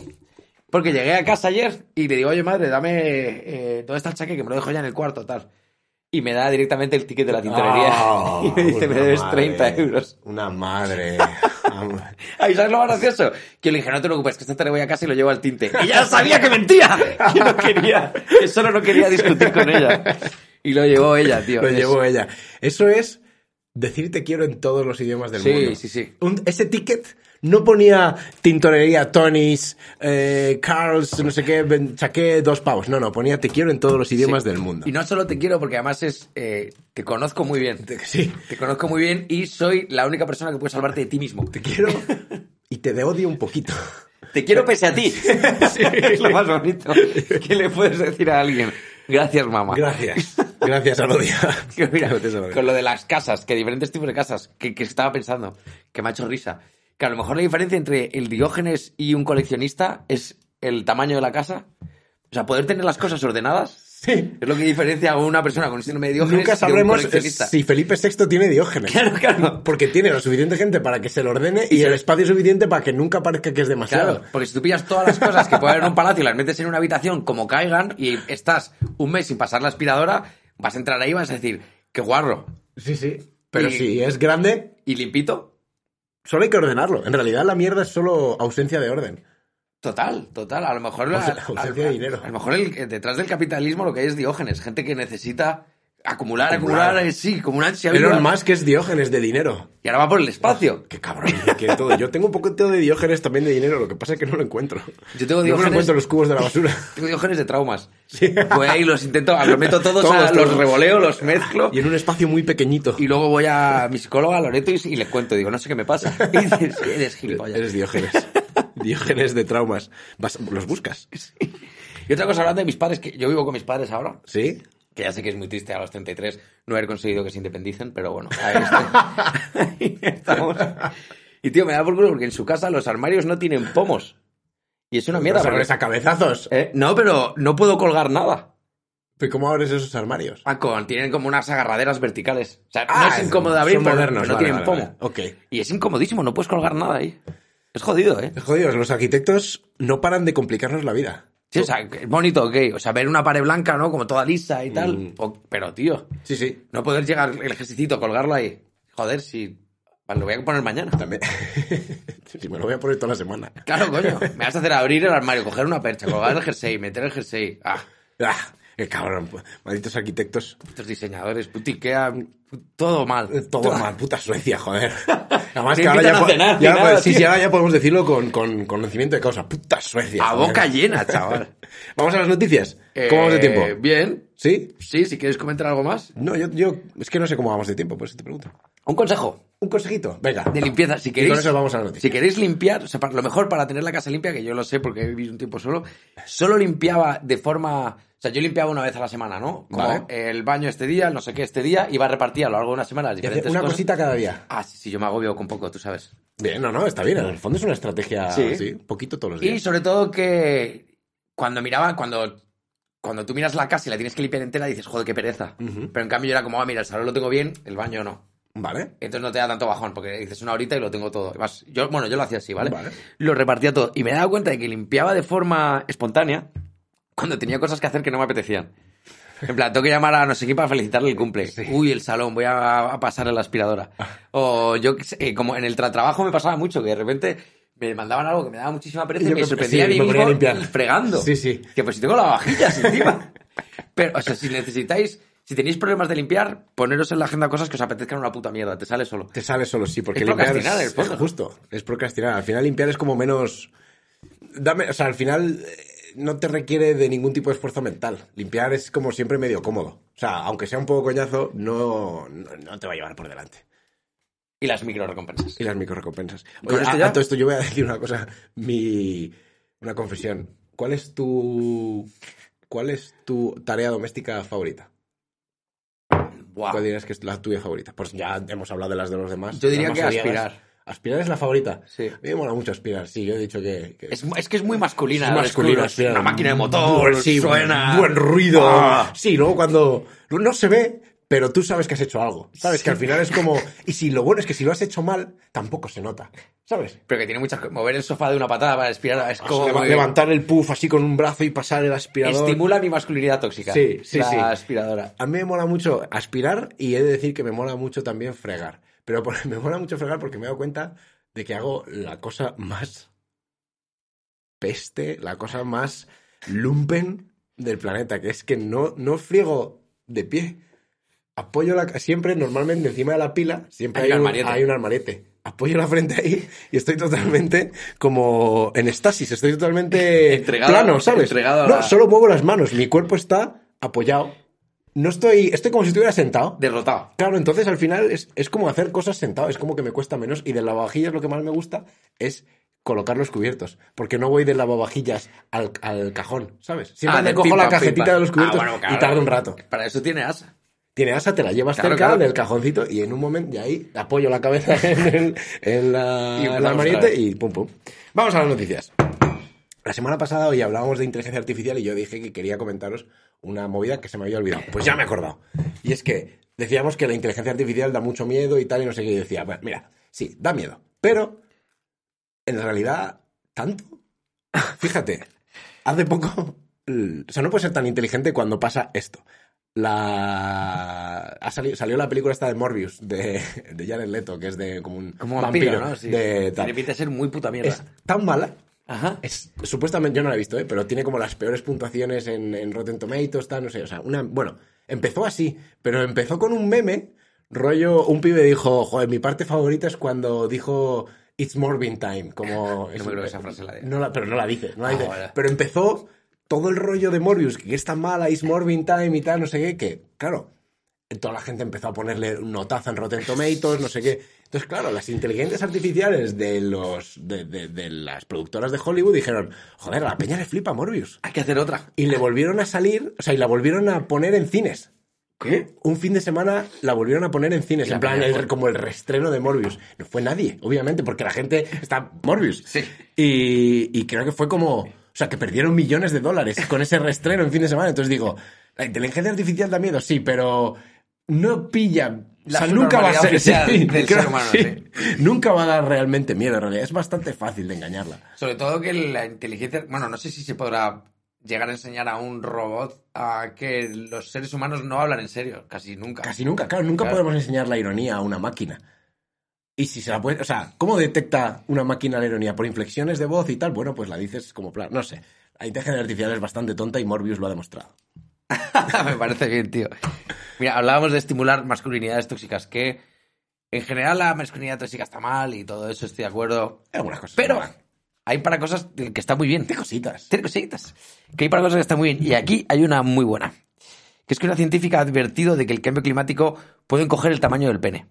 [SPEAKER 2] Porque llegué a casa ayer y le digo, oye madre, dame eh, dónde está el chaque que me lo dejo ya en el cuarto, tal. Y me da directamente el ticket de la tintorería.
[SPEAKER 1] Ah,
[SPEAKER 2] <laughs> y me dice, me
[SPEAKER 1] una
[SPEAKER 2] debes
[SPEAKER 1] madre, eh".
[SPEAKER 2] 30 euros.
[SPEAKER 1] Una
[SPEAKER 2] <laughs>
[SPEAKER 1] madre.
[SPEAKER 2] Ay, ¿sabes lo más gracioso? Que le dije, no te preocupes, que esta tarde voy a casa y lo llevo al tinte. Y ya <laughs> sabía que mentía. Que no quería. Que solo no quería discutir con ella. Y lo llevó ella, tío.
[SPEAKER 1] Lo
[SPEAKER 2] Es-
[SPEAKER 1] llevó ella. Eso es decir te quiero en todos los idiomas del
[SPEAKER 2] Sí,
[SPEAKER 1] mundo.
[SPEAKER 2] sí, sí.
[SPEAKER 1] Un- ese ticket no ponía tintorería Tony's, eh, Carl's, no sé qué, ben- chaqué dos pavos. No, no, ponía te quiero en todos los idiomas
[SPEAKER 2] Sí.
[SPEAKER 1] del mundo.
[SPEAKER 2] Y no solo te quiero porque además es... eh, te conozco muy bien.
[SPEAKER 1] Te- <laughs> sí,
[SPEAKER 2] Te conozco muy bien y soy la única persona que puede salvarte de ti mismo.
[SPEAKER 1] te quiero y te de odio un
[SPEAKER 2] <laughs>
[SPEAKER 1] poquito.
[SPEAKER 2] Te quiero
[SPEAKER 1] <laughs>
[SPEAKER 2] pese a ti. <laughs> es lo más bonito que le puedes decir a alguien. Gracias, mamá.
[SPEAKER 1] Gracias. Gracias al odio.
[SPEAKER 2] <laughs> Que mira,
[SPEAKER 1] Gracias al odio.
[SPEAKER 2] con lo de las casas, que diferentes tipos de casas, que, que estaba pensando, que me ha hecho risa. Que a lo mejor la diferencia entre el diógenes y un coleccionista es el tamaño de la casa. O sea, poder tener las cosas ordenadas
[SPEAKER 1] Sí.
[SPEAKER 2] es lo que diferencia a una persona con síndrome de diógenes
[SPEAKER 1] Nunca
[SPEAKER 2] de un
[SPEAKER 1] sabremos eh,
[SPEAKER 2] coleccionista.
[SPEAKER 1] si Felipe VI tiene diógenes.
[SPEAKER 2] Claro, claro.
[SPEAKER 1] Porque tiene lo suficiente gente para que se lo ordene y el espacio suficiente para que nunca parezca que es demasiado.
[SPEAKER 2] Claro, porque si tú pillas todas las cosas que puede haber en un palacio y las metes en una habitación como caigan y estás un mes sin pasar la aspiradora, vas a entrar ahí y vas a decir, qué guarro.
[SPEAKER 1] Sí, sí. Pero
[SPEAKER 2] Y-
[SPEAKER 1] si es grande,
[SPEAKER 2] ¿Y limpito?
[SPEAKER 1] solo hay que ordenarlo. En realidad la mierda es solo ausencia de orden.
[SPEAKER 2] Total, total. A lo mejor... la-
[SPEAKER 1] Ausencia de dinero.
[SPEAKER 2] A lo mejor el- eh, detrás del capitalismo lo que hay es diógenes, gente que necesita Acumular, acumular,
[SPEAKER 1] Acumular.
[SPEAKER 2] eh, sí, como una ansia.
[SPEAKER 1] Elon
[SPEAKER 2] acumular.
[SPEAKER 1] Musk es Diógenes de dinero.
[SPEAKER 2] Y ahora va por el espacio.
[SPEAKER 1] Qué cabrón, que todo. Yo tengo un poquito de Diógenes también de dinero, lo que pasa es que no lo encuentro.
[SPEAKER 2] Yo tengo
[SPEAKER 1] No me lo
[SPEAKER 2] Diógenes-
[SPEAKER 1] encuentro en los cubos de la basura.
[SPEAKER 2] <laughs> Tengo diógenes de traumas. Voy ahí, los intento, los meto todos,
[SPEAKER 1] Todos,
[SPEAKER 2] a- los
[SPEAKER 1] todos.
[SPEAKER 2] revoleo, los mezclo.
[SPEAKER 1] Y en un espacio muy pequeñito.
[SPEAKER 2] Y luego voy a mi psicóloga, Loreto, y, y le cuento. Digo, no sé qué
[SPEAKER 1] <laughs>
[SPEAKER 2] me pasa. Y dices, eres gilipollas.
[SPEAKER 1] Eres
[SPEAKER 2] <laughs>
[SPEAKER 1] Diógenes. Diógenes de traumas. Vas- los buscas.
[SPEAKER 2] Y otra cosa, hablando de mis padres, que yo vivo con mis padres ahora,
[SPEAKER 1] ¿Sí?
[SPEAKER 2] que ya sé que es muy triste a los 33 no haber conseguido que se independicen, pero bueno,
[SPEAKER 1] <laughs>
[SPEAKER 2] ahí estoy. Ahí estamos. Y tío, me da por culo porque en su casa los armarios no tienen pomos. Y es una mierda.
[SPEAKER 1] Los
[SPEAKER 2] porque-
[SPEAKER 1] abres a cabezazos.
[SPEAKER 2] Eh, no, pero no puedo colgar nada.
[SPEAKER 1] ¿Pero ¿Cómo abres esos armarios?
[SPEAKER 2] Ah, con- tienen como unas agarraderas verticales. O sea,
[SPEAKER 1] Ah,
[SPEAKER 2] no es incómodo de abrir,
[SPEAKER 1] son
[SPEAKER 2] pero,
[SPEAKER 1] modernos,
[SPEAKER 2] pero no
[SPEAKER 1] vale, vale,
[SPEAKER 2] tienen pomo.
[SPEAKER 1] vale. Ok.
[SPEAKER 2] Y es incomodísimo, no puedes colgar nada ahí. Es jodido, ¿eh?
[SPEAKER 1] Jodidos, los arquitectos no paran de complicarnos la vida.
[SPEAKER 2] Sí, o sea, que es bonito, ok. O sea, ver una pared blanca, ¿no? Como toda lisa y tal.
[SPEAKER 1] Mm.
[SPEAKER 2] O- pero, tío,
[SPEAKER 1] Sí, sí.
[SPEAKER 2] no poder llegar el ejercicito, colgarlo ahí. Joder, si. Vale, lo voy a poner mañana.
[SPEAKER 1] También. <laughs> Sí, me lo voy a poner toda la semana.
[SPEAKER 2] Claro, coño. Me vas a hacer abrir el armario, coger una percha, colgar el jersey, meter el jersey. Ah,
[SPEAKER 1] ¡Ah! ¡Qué cabrón! Malditos arquitectos.
[SPEAKER 2] estos diseñadores, putiquea. Todo mal.
[SPEAKER 1] Eh, Todo mal, puta Suecia,
[SPEAKER 2] <laughs>
[SPEAKER 1] joder. Además
[SPEAKER 2] Te
[SPEAKER 1] que ahora
[SPEAKER 2] invitan
[SPEAKER 1] ya,
[SPEAKER 2] a
[SPEAKER 1] po-
[SPEAKER 2] cenar,
[SPEAKER 1] ya
[SPEAKER 2] ni nada,
[SPEAKER 1] sí,
[SPEAKER 2] tío.
[SPEAKER 1] sí, ahora ya podemos decirlo con, con conocimiento de causa. Puta Suecia.
[SPEAKER 2] A
[SPEAKER 1] joder.
[SPEAKER 2] boca llena, chaval.
[SPEAKER 1] Vamos a las noticias. <laughs> ¿Cómo vamos de
[SPEAKER 2] Eh,
[SPEAKER 1] tiempo?
[SPEAKER 2] Bien.
[SPEAKER 1] ¿Sí?
[SPEAKER 2] Sí, si quieres comentar algo más.
[SPEAKER 1] No, yo, yo es que no sé cómo vamos de tiempo, por eso te pregunto.
[SPEAKER 2] Un consejo.
[SPEAKER 1] Un consejito. Venga.
[SPEAKER 2] de limpieza. Si
[SPEAKER 1] Y
[SPEAKER 2] queréis,
[SPEAKER 1] con eso vamos a la noticia.
[SPEAKER 2] si queréis limpiar, o sea, para- lo mejor para tener la casa limpia, que yo lo sé porque he vivido un tiempo solo, solo limpiaba de forma. O sea, yo limpiaba una vez a la semana, ¿no? Como
[SPEAKER 1] Vale.
[SPEAKER 2] el baño este día, el no sé qué este día, iba a repartir a lo largo de una semana las
[SPEAKER 1] Y hacer
[SPEAKER 2] diferentes
[SPEAKER 1] Una
[SPEAKER 2] cosas.
[SPEAKER 1] cosita cada día.
[SPEAKER 2] Ah, sí, sí, yo me agobio con poco, tú sabes.
[SPEAKER 1] Bien, no, no, está bien. En el fondo es una estrategia
[SPEAKER 2] Sí.
[SPEAKER 1] así, poquito todos los
[SPEAKER 2] Y
[SPEAKER 1] días.
[SPEAKER 2] sobre todo que cuando miraba, cuando, cuando tú miras la casa y la tienes que limpiar entera, dices, joder, qué pereza. Pero en cambio yo era como, ah, mira, el salón lo tengo bien, el baño no.
[SPEAKER 1] Vale.
[SPEAKER 2] Entonces no te da tanto bajón, porque dices una horita y lo tengo todo. Además, yo, bueno, yo lo hacía así, ¿vale?
[SPEAKER 1] Vale.
[SPEAKER 2] Lo repartía todo. Y me he dado cuenta de que limpiaba de forma espontánea cuando tenía cosas que hacer que no me apetecían. En plan, tengo que llamar a no sé quién para felicitarle el cumple. Uy, el salón, voy a, a pasar a la aspiradora. O yo, qué sé, eh, como en el tra- trabajo me pasaba mucho, que de repente me mandaban algo que me daba muchísima pereza
[SPEAKER 1] Y
[SPEAKER 2] y
[SPEAKER 1] yo
[SPEAKER 2] me
[SPEAKER 1] me-
[SPEAKER 2] sorprendía
[SPEAKER 1] sí,
[SPEAKER 2] a mí
[SPEAKER 1] me ponía a
[SPEAKER 2] mismo
[SPEAKER 1] limpiar.
[SPEAKER 2] fregando.
[SPEAKER 1] Sí, sí.
[SPEAKER 2] Que pues si tengo lavavajillas
[SPEAKER 1] <laughs>
[SPEAKER 2] encima. Pero, o sea, si necesitáis, si tenéis problemas de limpiar, poneros en la agenda cosas que os apetezcan una puta mierda, te sale solo.
[SPEAKER 1] Te sale solo, sí, porque
[SPEAKER 2] Es
[SPEAKER 1] limpiar
[SPEAKER 2] procrastinar, en el
[SPEAKER 1] es,
[SPEAKER 2] fondo.
[SPEAKER 1] es justo. Es procrastinar. Al final limpiar es como menos... Dame, o sea, al final eh, no te requiere de ningún tipo de esfuerzo mental. Limpiar es como siempre medio cómodo. O sea, aunque sea un poco coñazo, no, no, no te va a llevar por delante.
[SPEAKER 2] Y las micro recompensas.
[SPEAKER 1] Y las microrecompensas.
[SPEAKER 2] ¿Con
[SPEAKER 1] Oye,
[SPEAKER 2] esto
[SPEAKER 1] a-
[SPEAKER 2] ya?
[SPEAKER 1] a todo esto yo voy a decir una cosa, mi una confesión. ¿Cuál es tu cuál es tu tarea doméstica favorita?
[SPEAKER 2] Buah.
[SPEAKER 1] ¿Cuál dirías que es la tuya favorita? Pues ya hemos hablado de las de los demás.
[SPEAKER 2] Yo diría
[SPEAKER 1] Las
[SPEAKER 2] que
[SPEAKER 1] más odiadas.
[SPEAKER 2] aspirar.
[SPEAKER 1] Aspirar es la favorita.
[SPEAKER 2] Sí.
[SPEAKER 1] A mí me mola mucho aspirar, sí, yo he dicho que, que-
[SPEAKER 2] Es, es que es muy masculina.
[SPEAKER 1] Es
[SPEAKER 2] la
[SPEAKER 1] masculino,
[SPEAKER 2] descubro.
[SPEAKER 1] aspirar.
[SPEAKER 2] Es una máquina de motor,
[SPEAKER 1] Buen- sí,
[SPEAKER 2] suena.
[SPEAKER 1] Buen ruido.
[SPEAKER 2] Ah.
[SPEAKER 1] Sí, luego cuando no se ve, pero tú sabes que has hecho algo. Sabes que al final es como y si lo bueno es que si lo has hecho mal, tampoco se nota. ¿Sabes?
[SPEAKER 2] Pero que tiene muchas co- Mover el sofá de una patada para aspirar es como.
[SPEAKER 1] Leva-
[SPEAKER 2] muy-
[SPEAKER 1] Ah, levantar el puff así con un brazo y pasar el aspirador.
[SPEAKER 2] Estimula mi masculinidad tóxica.
[SPEAKER 1] Sí, sí,
[SPEAKER 2] la
[SPEAKER 1] sí.
[SPEAKER 2] aspiradora.
[SPEAKER 1] A mí me mola mucho aspirar y he de decir que me mola mucho también fregar. Pero por- <laughs> me mola mucho fregar porque me he dado cuenta de que hago la cosa más peste, la cosa más lumpen del planeta, que es que no, no friego de pie. Apoyo la, siempre, normalmente encima de la pila, siempre
[SPEAKER 2] Hay
[SPEAKER 1] hay,
[SPEAKER 2] un
[SPEAKER 1] un,
[SPEAKER 2] armarete.
[SPEAKER 1] hay un armarete. Apoyo la frente ahí y estoy totalmente como en estasis, estoy totalmente
[SPEAKER 2] <laughs> Entregado-
[SPEAKER 1] plano, ¿sabes?
[SPEAKER 2] entregado a
[SPEAKER 1] no,
[SPEAKER 2] la-
[SPEAKER 1] solo muevo las manos, mi cuerpo está apoyado. No estoy, estoy como si estuviera sentado.
[SPEAKER 2] Derrotado.
[SPEAKER 1] Claro, entonces al final es, es como hacer cosas sentado, es como que me cuesta menos. Y del lavavajillas lo que más me gusta es colocar los cubiertos, porque no voy del lavavajillas al, al cajón, ¿sabes? Siempre
[SPEAKER 2] Ah,
[SPEAKER 1] me
[SPEAKER 2] de
[SPEAKER 1] cojo
[SPEAKER 2] pim,
[SPEAKER 1] la
[SPEAKER 2] pam, pim,
[SPEAKER 1] cajetita
[SPEAKER 2] pam.
[SPEAKER 1] de los cubiertos
[SPEAKER 2] Ah, bueno,
[SPEAKER 1] y
[SPEAKER 2] claro.
[SPEAKER 1] tarda un rato.
[SPEAKER 2] Para eso tiene asa.
[SPEAKER 1] Tiene asa, te la llevas
[SPEAKER 2] Claro,
[SPEAKER 1] cerca
[SPEAKER 2] claro.
[SPEAKER 1] del cajoncito y en un momento, y ahí apoyo la cabeza <laughs> en, el, en la,
[SPEAKER 2] Y
[SPEAKER 1] en la
[SPEAKER 2] vamos
[SPEAKER 1] marieta
[SPEAKER 2] otra vez.
[SPEAKER 1] y pum pum. Vamos a las noticias. La semana pasada hoy hablábamos de inteligencia artificial y yo dije que quería comentaros una movida que se me había olvidado. Pues ya me he acordado. Y es que decíamos que la inteligencia artificial da mucho miedo y tal, y no sé qué. Y decía, bueno, mira, sí, da miedo. Pero, en realidad, tanto. Fíjate, hace poco. l- O sea, no puede ser tan inteligente cuando pasa esto. La. Ha salido, salió la película esta de Morbius, de, de Jared Leto, que es de como un
[SPEAKER 2] Como vampiro,
[SPEAKER 1] vampiro,
[SPEAKER 2] ¿no? Sí.
[SPEAKER 1] de tal.
[SPEAKER 2] Repite ser muy puta mierda.
[SPEAKER 1] Es tan mala
[SPEAKER 2] Ajá.
[SPEAKER 1] Es, supuestamente, yo no la he visto, ¿eh? pero tiene como las peores puntuaciones en, en Rotten Tomatoes, tal, no sé, o sea, una, bueno, empezó así, pero empezó con un meme, rollo, un pibe dijo, joder, mi parte favorita es cuando dijo, it's Morbin time,
[SPEAKER 2] <laughs>
[SPEAKER 1] como...
[SPEAKER 2] me creo que esa frase la diga.
[SPEAKER 1] no Pero no la dice, no la
[SPEAKER 2] Ah,
[SPEAKER 1] dice,
[SPEAKER 2] vale.
[SPEAKER 1] pero empezó todo el rollo de Morbius, que es tan mala, it's Morbin time y tal, no sé qué, que, claro, toda la gente empezó a ponerle notaza en Rotten Tomatoes, no sé qué. Entonces, claro, las inteligencias artificiales de los de, de- de las productoras de Hollywood dijeron, joder, a la peña le flipa Morbius.
[SPEAKER 2] Hay que hacer otra.
[SPEAKER 1] Y le volvieron a salir, o sea, y la volvieron a poner en cines.
[SPEAKER 2] ¿Qué?
[SPEAKER 1] Un fin de semana la volvieron a poner en cines,
[SPEAKER 2] Y la
[SPEAKER 1] en plan,
[SPEAKER 2] peña
[SPEAKER 1] el-
[SPEAKER 2] fue.
[SPEAKER 1] como el restreno de Morbius. No fue nadie, obviamente, porque la gente está Morbius.
[SPEAKER 2] Sí.
[SPEAKER 1] Y, y creo que fue como, o sea, que perdieron millones de dólares con ese restreno en fin de semana. Entonces digo, la inteligencia artificial da miedo, sí, pero no pilla.
[SPEAKER 2] La
[SPEAKER 1] o sea, nunca va a ser
[SPEAKER 2] subnormalidad oficial del
[SPEAKER 1] <laughs> creo
[SPEAKER 2] ser humano,
[SPEAKER 1] que Nunca va a dar realmente miedo, en realidad. Es bastante fácil de engañarla.
[SPEAKER 2] Sobre todo que la inteligencia. Bueno, no sé si se podrá llegar a enseñar a un robot a que los seres humanos no hablan en serio, casi nunca.
[SPEAKER 1] Casi nunca, claro, nunca
[SPEAKER 2] Claro.
[SPEAKER 1] podemos enseñar la ironía a una máquina. Y si se la puede, o sea, ¿cómo detecta una máquina la ironía? ¿Por inflexiones de voz y tal? Bueno, pues la dices como plan, no sé. La inteligencia artificial es bastante tonta y Morbius lo ha demostrado.
[SPEAKER 2] <laughs> Me parece bien, tío. Mira, hablábamos de estimular masculinidades tóxicas, que en general la masculinidad tóxica está mal y todo eso, estoy de acuerdo.
[SPEAKER 1] Hay Algunas cosas.
[SPEAKER 2] Pero
[SPEAKER 1] que van.
[SPEAKER 2] hay para cosas que está muy bien.
[SPEAKER 1] Qué cositas.
[SPEAKER 2] Tiene cositas. Que hay para cosas que están muy bien. Y aquí hay una muy buena. Que es que una científica ha advertido de que el cambio climático puede encoger el tamaño del pene.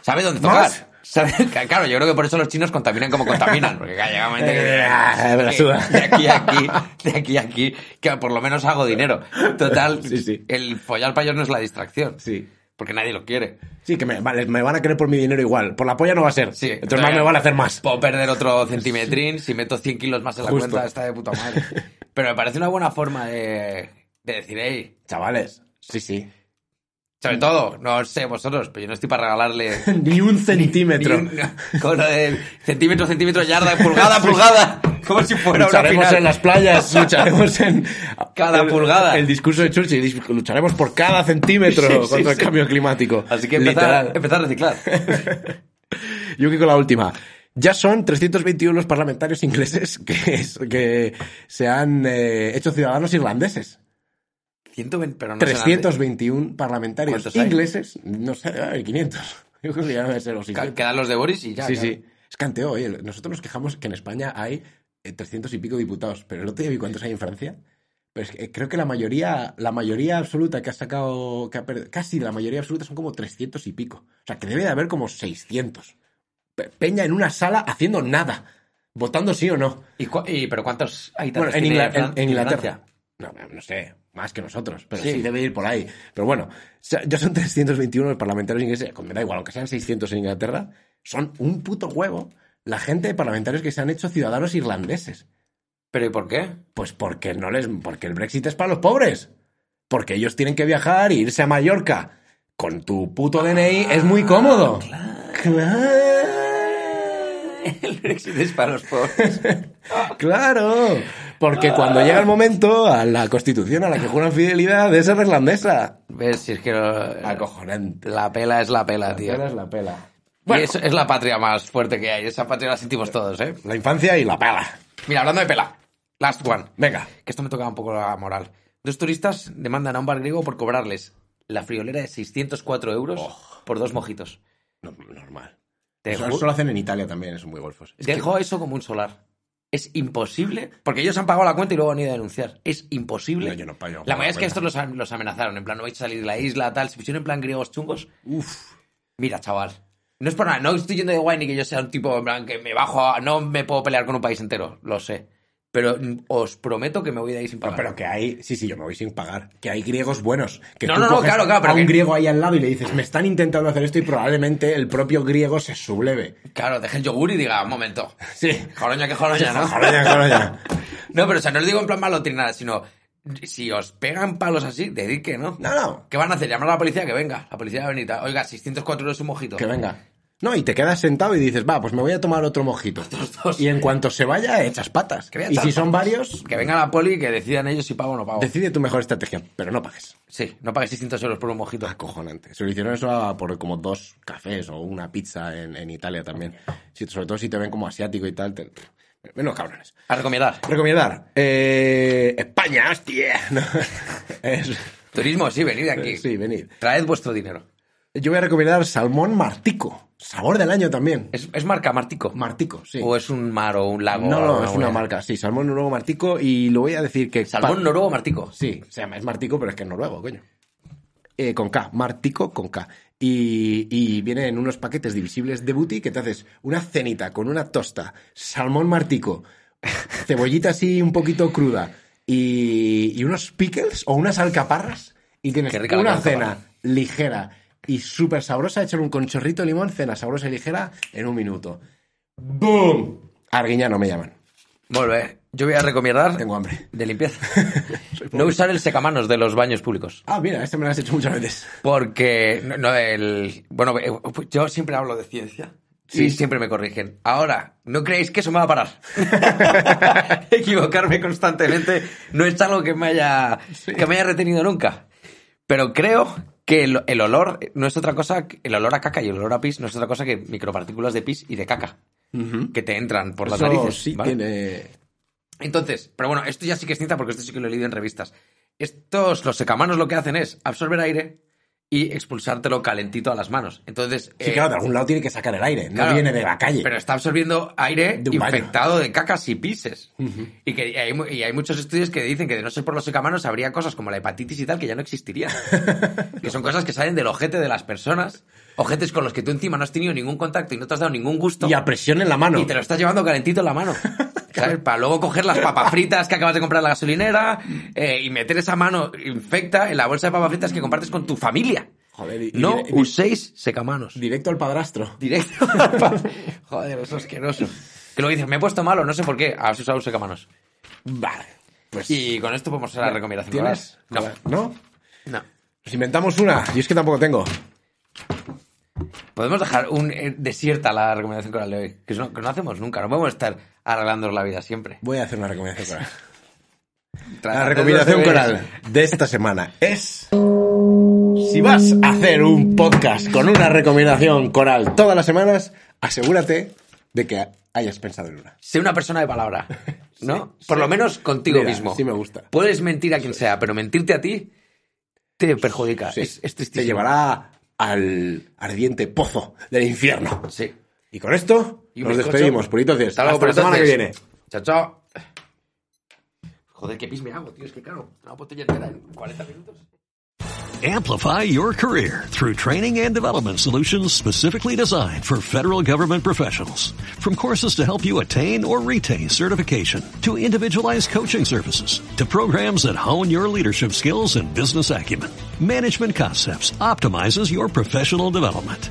[SPEAKER 2] ¿Sabe dónde tocar?
[SPEAKER 1] Oh, ¿Más?
[SPEAKER 2] ¿Sabe? Claro, yo creo que por eso los chinos contaminan como contaminan. Porque ya llega un momento que- "Ah,
[SPEAKER 1] Eh, me la suda.
[SPEAKER 2] De aquí a aquí, de aquí a aquí, que por lo menos hago dinero. Total,
[SPEAKER 1] Sí, sí.
[SPEAKER 2] el follar para ellos no es la distracción.
[SPEAKER 1] Sí.
[SPEAKER 2] Porque nadie lo quiere.
[SPEAKER 1] Sí, que me, vale, me van a querer por mi dinero igual. Por la polla no va a ser.
[SPEAKER 2] Sí.
[SPEAKER 1] Entonces más me van a hacer más.
[SPEAKER 2] Puedo perder otro centimetrín si meto 100 kilos más en la
[SPEAKER 1] Justo.
[SPEAKER 2] cuenta, está de puta madre. Pero me parece una buena forma de, de decir, hey,
[SPEAKER 1] Chavales. Sí, sí. Mm.
[SPEAKER 2] sobre todo, no sé vosotros, pero yo no estoy para
[SPEAKER 1] <laughs>
[SPEAKER 2] regalarle
[SPEAKER 1] Ni un
[SPEAKER 2] ni
[SPEAKER 1] centímetro.
[SPEAKER 2] un- con lo de centímetro, centímetro, yarda, pulgada, pulgada, como si fuera una
[SPEAKER 1] lucharemos
[SPEAKER 2] final.
[SPEAKER 1] en las playas, <laughs> lucharemos en
[SPEAKER 2] <laughs> Cada
[SPEAKER 1] el-
[SPEAKER 2] pulgada.
[SPEAKER 1] El discurso de Churchill, dis- lucharemos por cada centímetro
[SPEAKER 2] <laughs> Sí, sí,
[SPEAKER 1] contra el
[SPEAKER 2] sí.
[SPEAKER 1] cambio climático.
[SPEAKER 2] Así que empezar,
[SPEAKER 1] Literal.
[SPEAKER 2] empezar a reciclar.
[SPEAKER 1] Yo que con la última. Ya son 321 los parlamentarios ingleses <laughs> que, es- que se han eh, hecho ciudadanos irlandeses.
[SPEAKER 2] 120, pero no sé
[SPEAKER 1] 321 parlamentarios
[SPEAKER 2] ¿Cuántos hay?
[SPEAKER 1] ingleses, no sé, hay 500. <laughs> Yo creo que ya deben ser los
[SPEAKER 2] nada. Ca-
[SPEAKER 1] 600.
[SPEAKER 2] Quedan los de Boris y ya.
[SPEAKER 1] Sí,
[SPEAKER 2] claro.
[SPEAKER 1] sí. Es canteo, oye, nosotros nos quejamos que en España hay eh, 300 y pico diputados, pero el otro día vi cuántos hay en Francia. Pero es que, eh, creo que la mayoría, la mayoría absoluta que ha sacado, que ha perdido, casi la mayoría absoluta son como 300 y pico. O sea, que debe de haber como 600. Pe- Peña en una sala haciendo nada, votando sí o no.
[SPEAKER 2] ¿Y cua- y- ¿Pero cuántos hay
[SPEAKER 1] Bueno, en,
[SPEAKER 2] tiene
[SPEAKER 1] Ingla-
[SPEAKER 2] Fran-
[SPEAKER 1] en- en Inglaterra.
[SPEAKER 2] Francia?
[SPEAKER 1] No, no sé, más que nosotros, pero
[SPEAKER 2] Sí.
[SPEAKER 1] sí. debe ir por ahí. Pero bueno, o sea, ya son <laughs> 321 los parlamentarios ingleses, me da igual, aunque sean 600 en Inglaterra, son un puto huevo la gente de parlamentarios que se han hecho ciudadanos irlandeses.
[SPEAKER 2] ¿Pero y por qué? <laughs>
[SPEAKER 1] Pues porque no les, porque el Brexit es para los pobres. Porque ellos tienen que viajar e irse a Mallorca con tu puto DNI es muy cómodo. Claro.
[SPEAKER 2] El Brexit es para los pobres.
[SPEAKER 1] Claro, porque cuando llega el momento a la constitución a la que juran fidelidad es irlandesa.
[SPEAKER 2] ¿Ves? Si es que lo-
[SPEAKER 1] Acojonante.
[SPEAKER 2] la pela es la pela, tío.
[SPEAKER 1] pela es Ah, la pela.
[SPEAKER 2] Y eso es la patria más fuerte que hay. Esa patria la sentimos todos, ¿eh?
[SPEAKER 1] La infancia y la pela.
[SPEAKER 2] Mira, hablando de pela. Last one.
[SPEAKER 1] Venga.
[SPEAKER 2] Que esto me tocaba un poco la moral. Dos turistas demandan a un bar griego por cobrarles la friolera de 604 euros por dos mojitos.
[SPEAKER 1] No- normal.
[SPEAKER 2] Te
[SPEAKER 1] Oh. Eso,
[SPEAKER 2] ju-
[SPEAKER 1] eso lo hacen en Italia también, son muy golfos. Es que-
[SPEAKER 2] Dejo eso como un solar. Es imposible, porque ellos han pagado la cuenta y luego han ido a denunciar. Es imposible.
[SPEAKER 1] No, yo no pago- yo no
[SPEAKER 2] la
[SPEAKER 1] pago
[SPEAKER 2] mayoría es que
[SPEAKER 1] la
[SPEAKER 2] estos los, am- los amenazaron, en plan, no vais a salir de la isla, tal. Se pusieron en plan griegos chungos.
[SPEAKER 1] Uf.
[SPEAKER 2] Mira, chaval. No es por nada, no estoy yendo de guay ni que yo sea un tipo en plan que me bajo, a- no me puedo pelear con un país entero, lo sé. Pero mm, os prometo que me voy de ahí sin
[SPEAKER 1] No,
[SPEAKER 2] pagar.
[SPEAKER 1] pero que hay, sí, sí, yo me voy sin pagar. Que hay griegos buenos. Que
[SPEAKER 2] No,
[SPEAKER 1] tú
[SPEAKER 2] no, no,
[SPEAKER 1] coges
[SPEAKER 2] claro, claro, pero
[SPEAKER 1] a un
[SPEAKER 2] que-
[SPEAKER 1] griego ahí al lado y le dices, me están intentando hacer esto y probablemente el propio griego se subleve.
[SPEAKER 2] Claro, deje el yogur y diga, un momento.
[SPEAKER 1] <laughs> Sí.
[SPEAKER 2] Joroña que joroña, ¿no?
[SPEAKER 1] <laughs> Joroña, joroña.
[SPEAKER 2] No, pero o sea, no os digo en plan malo nada, sino si os pegan palos así, decid que no.
[SPEAKER 1] No, no.
[SPEAKER 2] ¿Qué van a hacer? Llamar a la policía que venga. La policía va a venir. Oiga, 604 euros un mojito.
[SPEAKER 1] Que venga. No, y te quedas sentado y dices, va, pues me voy a tomar otro <laughs> mojito.
[SPEAKER 2] dos.
[SPEAKER 1] Y en cuanto se vaya, echas patas.
[SPEAKER 2] Que voy a
[SPEAKER 1] Y
[SPEAKER 2] echar
[SPEAKER 1] si son varios,
[SPEAKER 2] Que venga la poli y que decidan ellos si pago o no pago.
[SPEAKER 1] decide tu mejor estrategia, pero no pagues.
[SPEAKER 2] Sí, no pagues 600 euros por un mojito.
[SPEAKER 1] Ah. Acojonante. Se lo hicieron eso a- por como dos cafés o una pizza en, en Italia también. Si- sobre todo si te ven como asiático y tal. te- No, cabrones.
[SPEAKER 2] A recomendar.
[SPEAKER 1] Recomendar. Eh, España, hostia. <laughs> No, es-
[SPEAKER 2] Turismo, sí, venid aquí.
[SPEAKER 1] Eh, sí, venid.
[SPEAKER 2] Traed vuestro dinero.
[SPEAKER 1] Yo voy a recomendar salmón martico. Sabor del año también.
[SPEAKER 2] ¿Es, es marca Martico?
[SPEAKER 1] Martico, sí.
[SPEAKER 2] ¿O es un mar o un lago?
[SPEAKER 1] no, no,
[SPEAKER 2] o
[SPEAKER 1] es una
[SPEAKER 2] hueá?
[SPEAKER 1] marca. Sí, salmón noruego martico. Y lo voy a decir que.
[SPEAKER 2] Salmón
[SPEAKER 1] pa-
[SPEAKER 2] noruego Martico.
[SPEAKER 1] Sí, se llama, es martico, pero es que es noruego, coño. Eh, con K, martico con K. Y, y viene en unos paquetes divisibles de booty que te haces una cenita con una tosta, salmón
[SPEAKER 2] <laughs>
[SPEAKER 1] martico, cebollita así un poquito cruda y, y unos pickles o unas alcaparras y tienes
[SPEAKER 2] Qué rica la
[SPEAKER 1] una
[SPEAKER 2] alcaparra.
[SPEAKER 1] cena ligera y súper sabrosa hecha en un conchorrito de limón, cena sabrosa y ligera en un minuto. ¡Boom! Arguiñano me llaman.
[SPEAKER 2] Muy bien. eh, Yo voy a recomendar...
[SPEAKER 1] Tengo hambre. <laughs>
[SPEAKER 2] De limpieza. no usar el secamanos de los baños públicos.
[SPEAKER 1] Ah, mira, este me lo has hecho muchas veces.
[SPEAKER 2] Porque, no, no, el, bueno, eh, yo siempre hablo de ciencia. Sí, siempre me corrigen. Ahora, no creéis que eso me va a
[SPEAKER 1] <laughs>
[SPEAKER 2] parar. <laughs> Equivocarme constantemente no es algo que me haya, que me haya retenido nunca. Pero creo que el, el olor eh, no es otra cosa, que- el olor a caca y el olor a pis no es otra cosa que micropartículas de pis y de caca que te entran por las
[SPEAKER 1] Eso
[SPEAKER 2] narices.
[SPEAKER 1] sí
[SPEAKER 2] ¿vale?
[SPEAKER 1] tiene...
[SPEAKER 2] Entonces, pero bueno, esto ya sí que es ciencia porque esto sí que lo he leído en revistas. Estos, los secamanos lo que hacen es absorber aire y expulsártelo calentito a las manos. Entonces,
[SPEAKER 1] Sí,
[SPEAKER 2] eh,
[SPEAKER 1] claro, de algún lado tiene que sacar el aire, no
[SPEAKER 2] claro,
[SPEAKER 1] viene de la calle.
[SPEAKER 2] Pero está absorbiendo aire
[SPEAKER 1] De un baño.
[SPEAKER 2] infectado de cacas y pises. y, que, y hay, mu- y hay muchos estudios que dicen que de no ser por los secamanos habría cosas como la hepatitis y tal que ya
[SPEAKER 1] <laughs>
[SPEAKER 2] no existirían. que son cosas que salen del ojete de las personas. Ojetes con los que tú encima no has tenido ningún contacto y no te has dado ningún gusto.
[SPEAKER 1] Y a presión en la mano.
[SPEAKER 2] Y te lo estás llevando calentito en
[SPEAKER 1] <laughs>
[SPEAKER 2] la mano. ¿sabes? Para luego coger las papas fritas que acabas de comprar en la gasolinera
[SPEAKER 1] Mm.
[SPEAKER 2] eh, y meter esa mano infecta en la bolsa de papas fritas que compartes con tu familia.
[SPEAKER 1] Joder, y- y-
[SPEAKER 2] no
[SPEAKER 1] y-
[SPEAKER 2] uséis secamanos.
[SPEAKER 1] Directo al padrastro.
[SPEAKER 2] Directo. al pa- <laughs> Joder, eso es asqueroso. Que luego dices, me he puesto malo, no sé por qué. Has usado un secamanos.
[SPEAKER 1] Vale. Pues.
[SPEAKER 2] Y con esto podemos hacer la recomendación.
[SPEAKER 1] ¿Tienes?
[SPEAKER 2] ¿verdad?
[SPEAKER 1] ¿No?
[SPEAKER 2] No. no.
[SPEAKER 1] Nos inventamos una. Yo es que tampoco tengo.
[SPEAKER 2] Podemos dejar un eh, desierta la recomendación coral de hoy. Que, es una- que no hacemos nunca. No podemos estar arreglándonos la vida siempre.
[SPEAKER 1] Voy a hacer una recomendación coral. <laughs> La
[SPEAKER 2] Tratando de
[SPEAKER 1] recomendación
[SPEAKER 2] deberes.
[SPEAKER 1] coral de esta semana es. Si vas a hacer un podcast con una recomendación coral todas las semanas, asegúrate de que hayas pensado en una.
[SPEAKER 2] sé una persona de
[SPEAKER 1] <laughs>
[SPEAKER 2] palabra, ¿no?
[SPEAKER 1] Sí,
[SPEAKER 2] Por
[SPEAKER 1] sí.
[SPEAKER 2] lo menos contigo
[SPEAKER 1] Mira,
[SPEAKER 2] mismo.
[SPEAKER 1] sí me gusta.
[SPEAKER 2] Puedes mentir a quien sea, pero mentirte a ti te perjudica.
[SPEAKER 1] Sí.
[SPEAKER 2] Es, es
[SPEAKER 1] Te
[SPEAKER 2] tristísimo.
[SPEAKER 1] llevará al ardiente pozo del infierno.
[SPEAKER 2] Sí.
[SPEAKER 1] Y con esto
[SPEAKER 2] Y un
[SPEAKER 1] nos
[SPEAKER 2] bizcocho.
[SPEAKER 1] despedimos, puritos.
[SPEAKER 2] Hasta luego, pues,
[SPEAKER 1] Hasta la semana que
[SPEAKER 2] entonces.
[SPEAKER 1] viene.
[SPEAKER 2] Chao, chao. Joder, qué pis me hago, tío. Es que claro, una botella entera en 40 minutos.
[SPEAKER 3] Amplify your career through training and development solutions specifically designed for federal government professionals. From courses to help you attain or retain certification, to individualized coaching services, to programs that hone your leadership skills and business acumen, Management Concepts optimizes your professional development.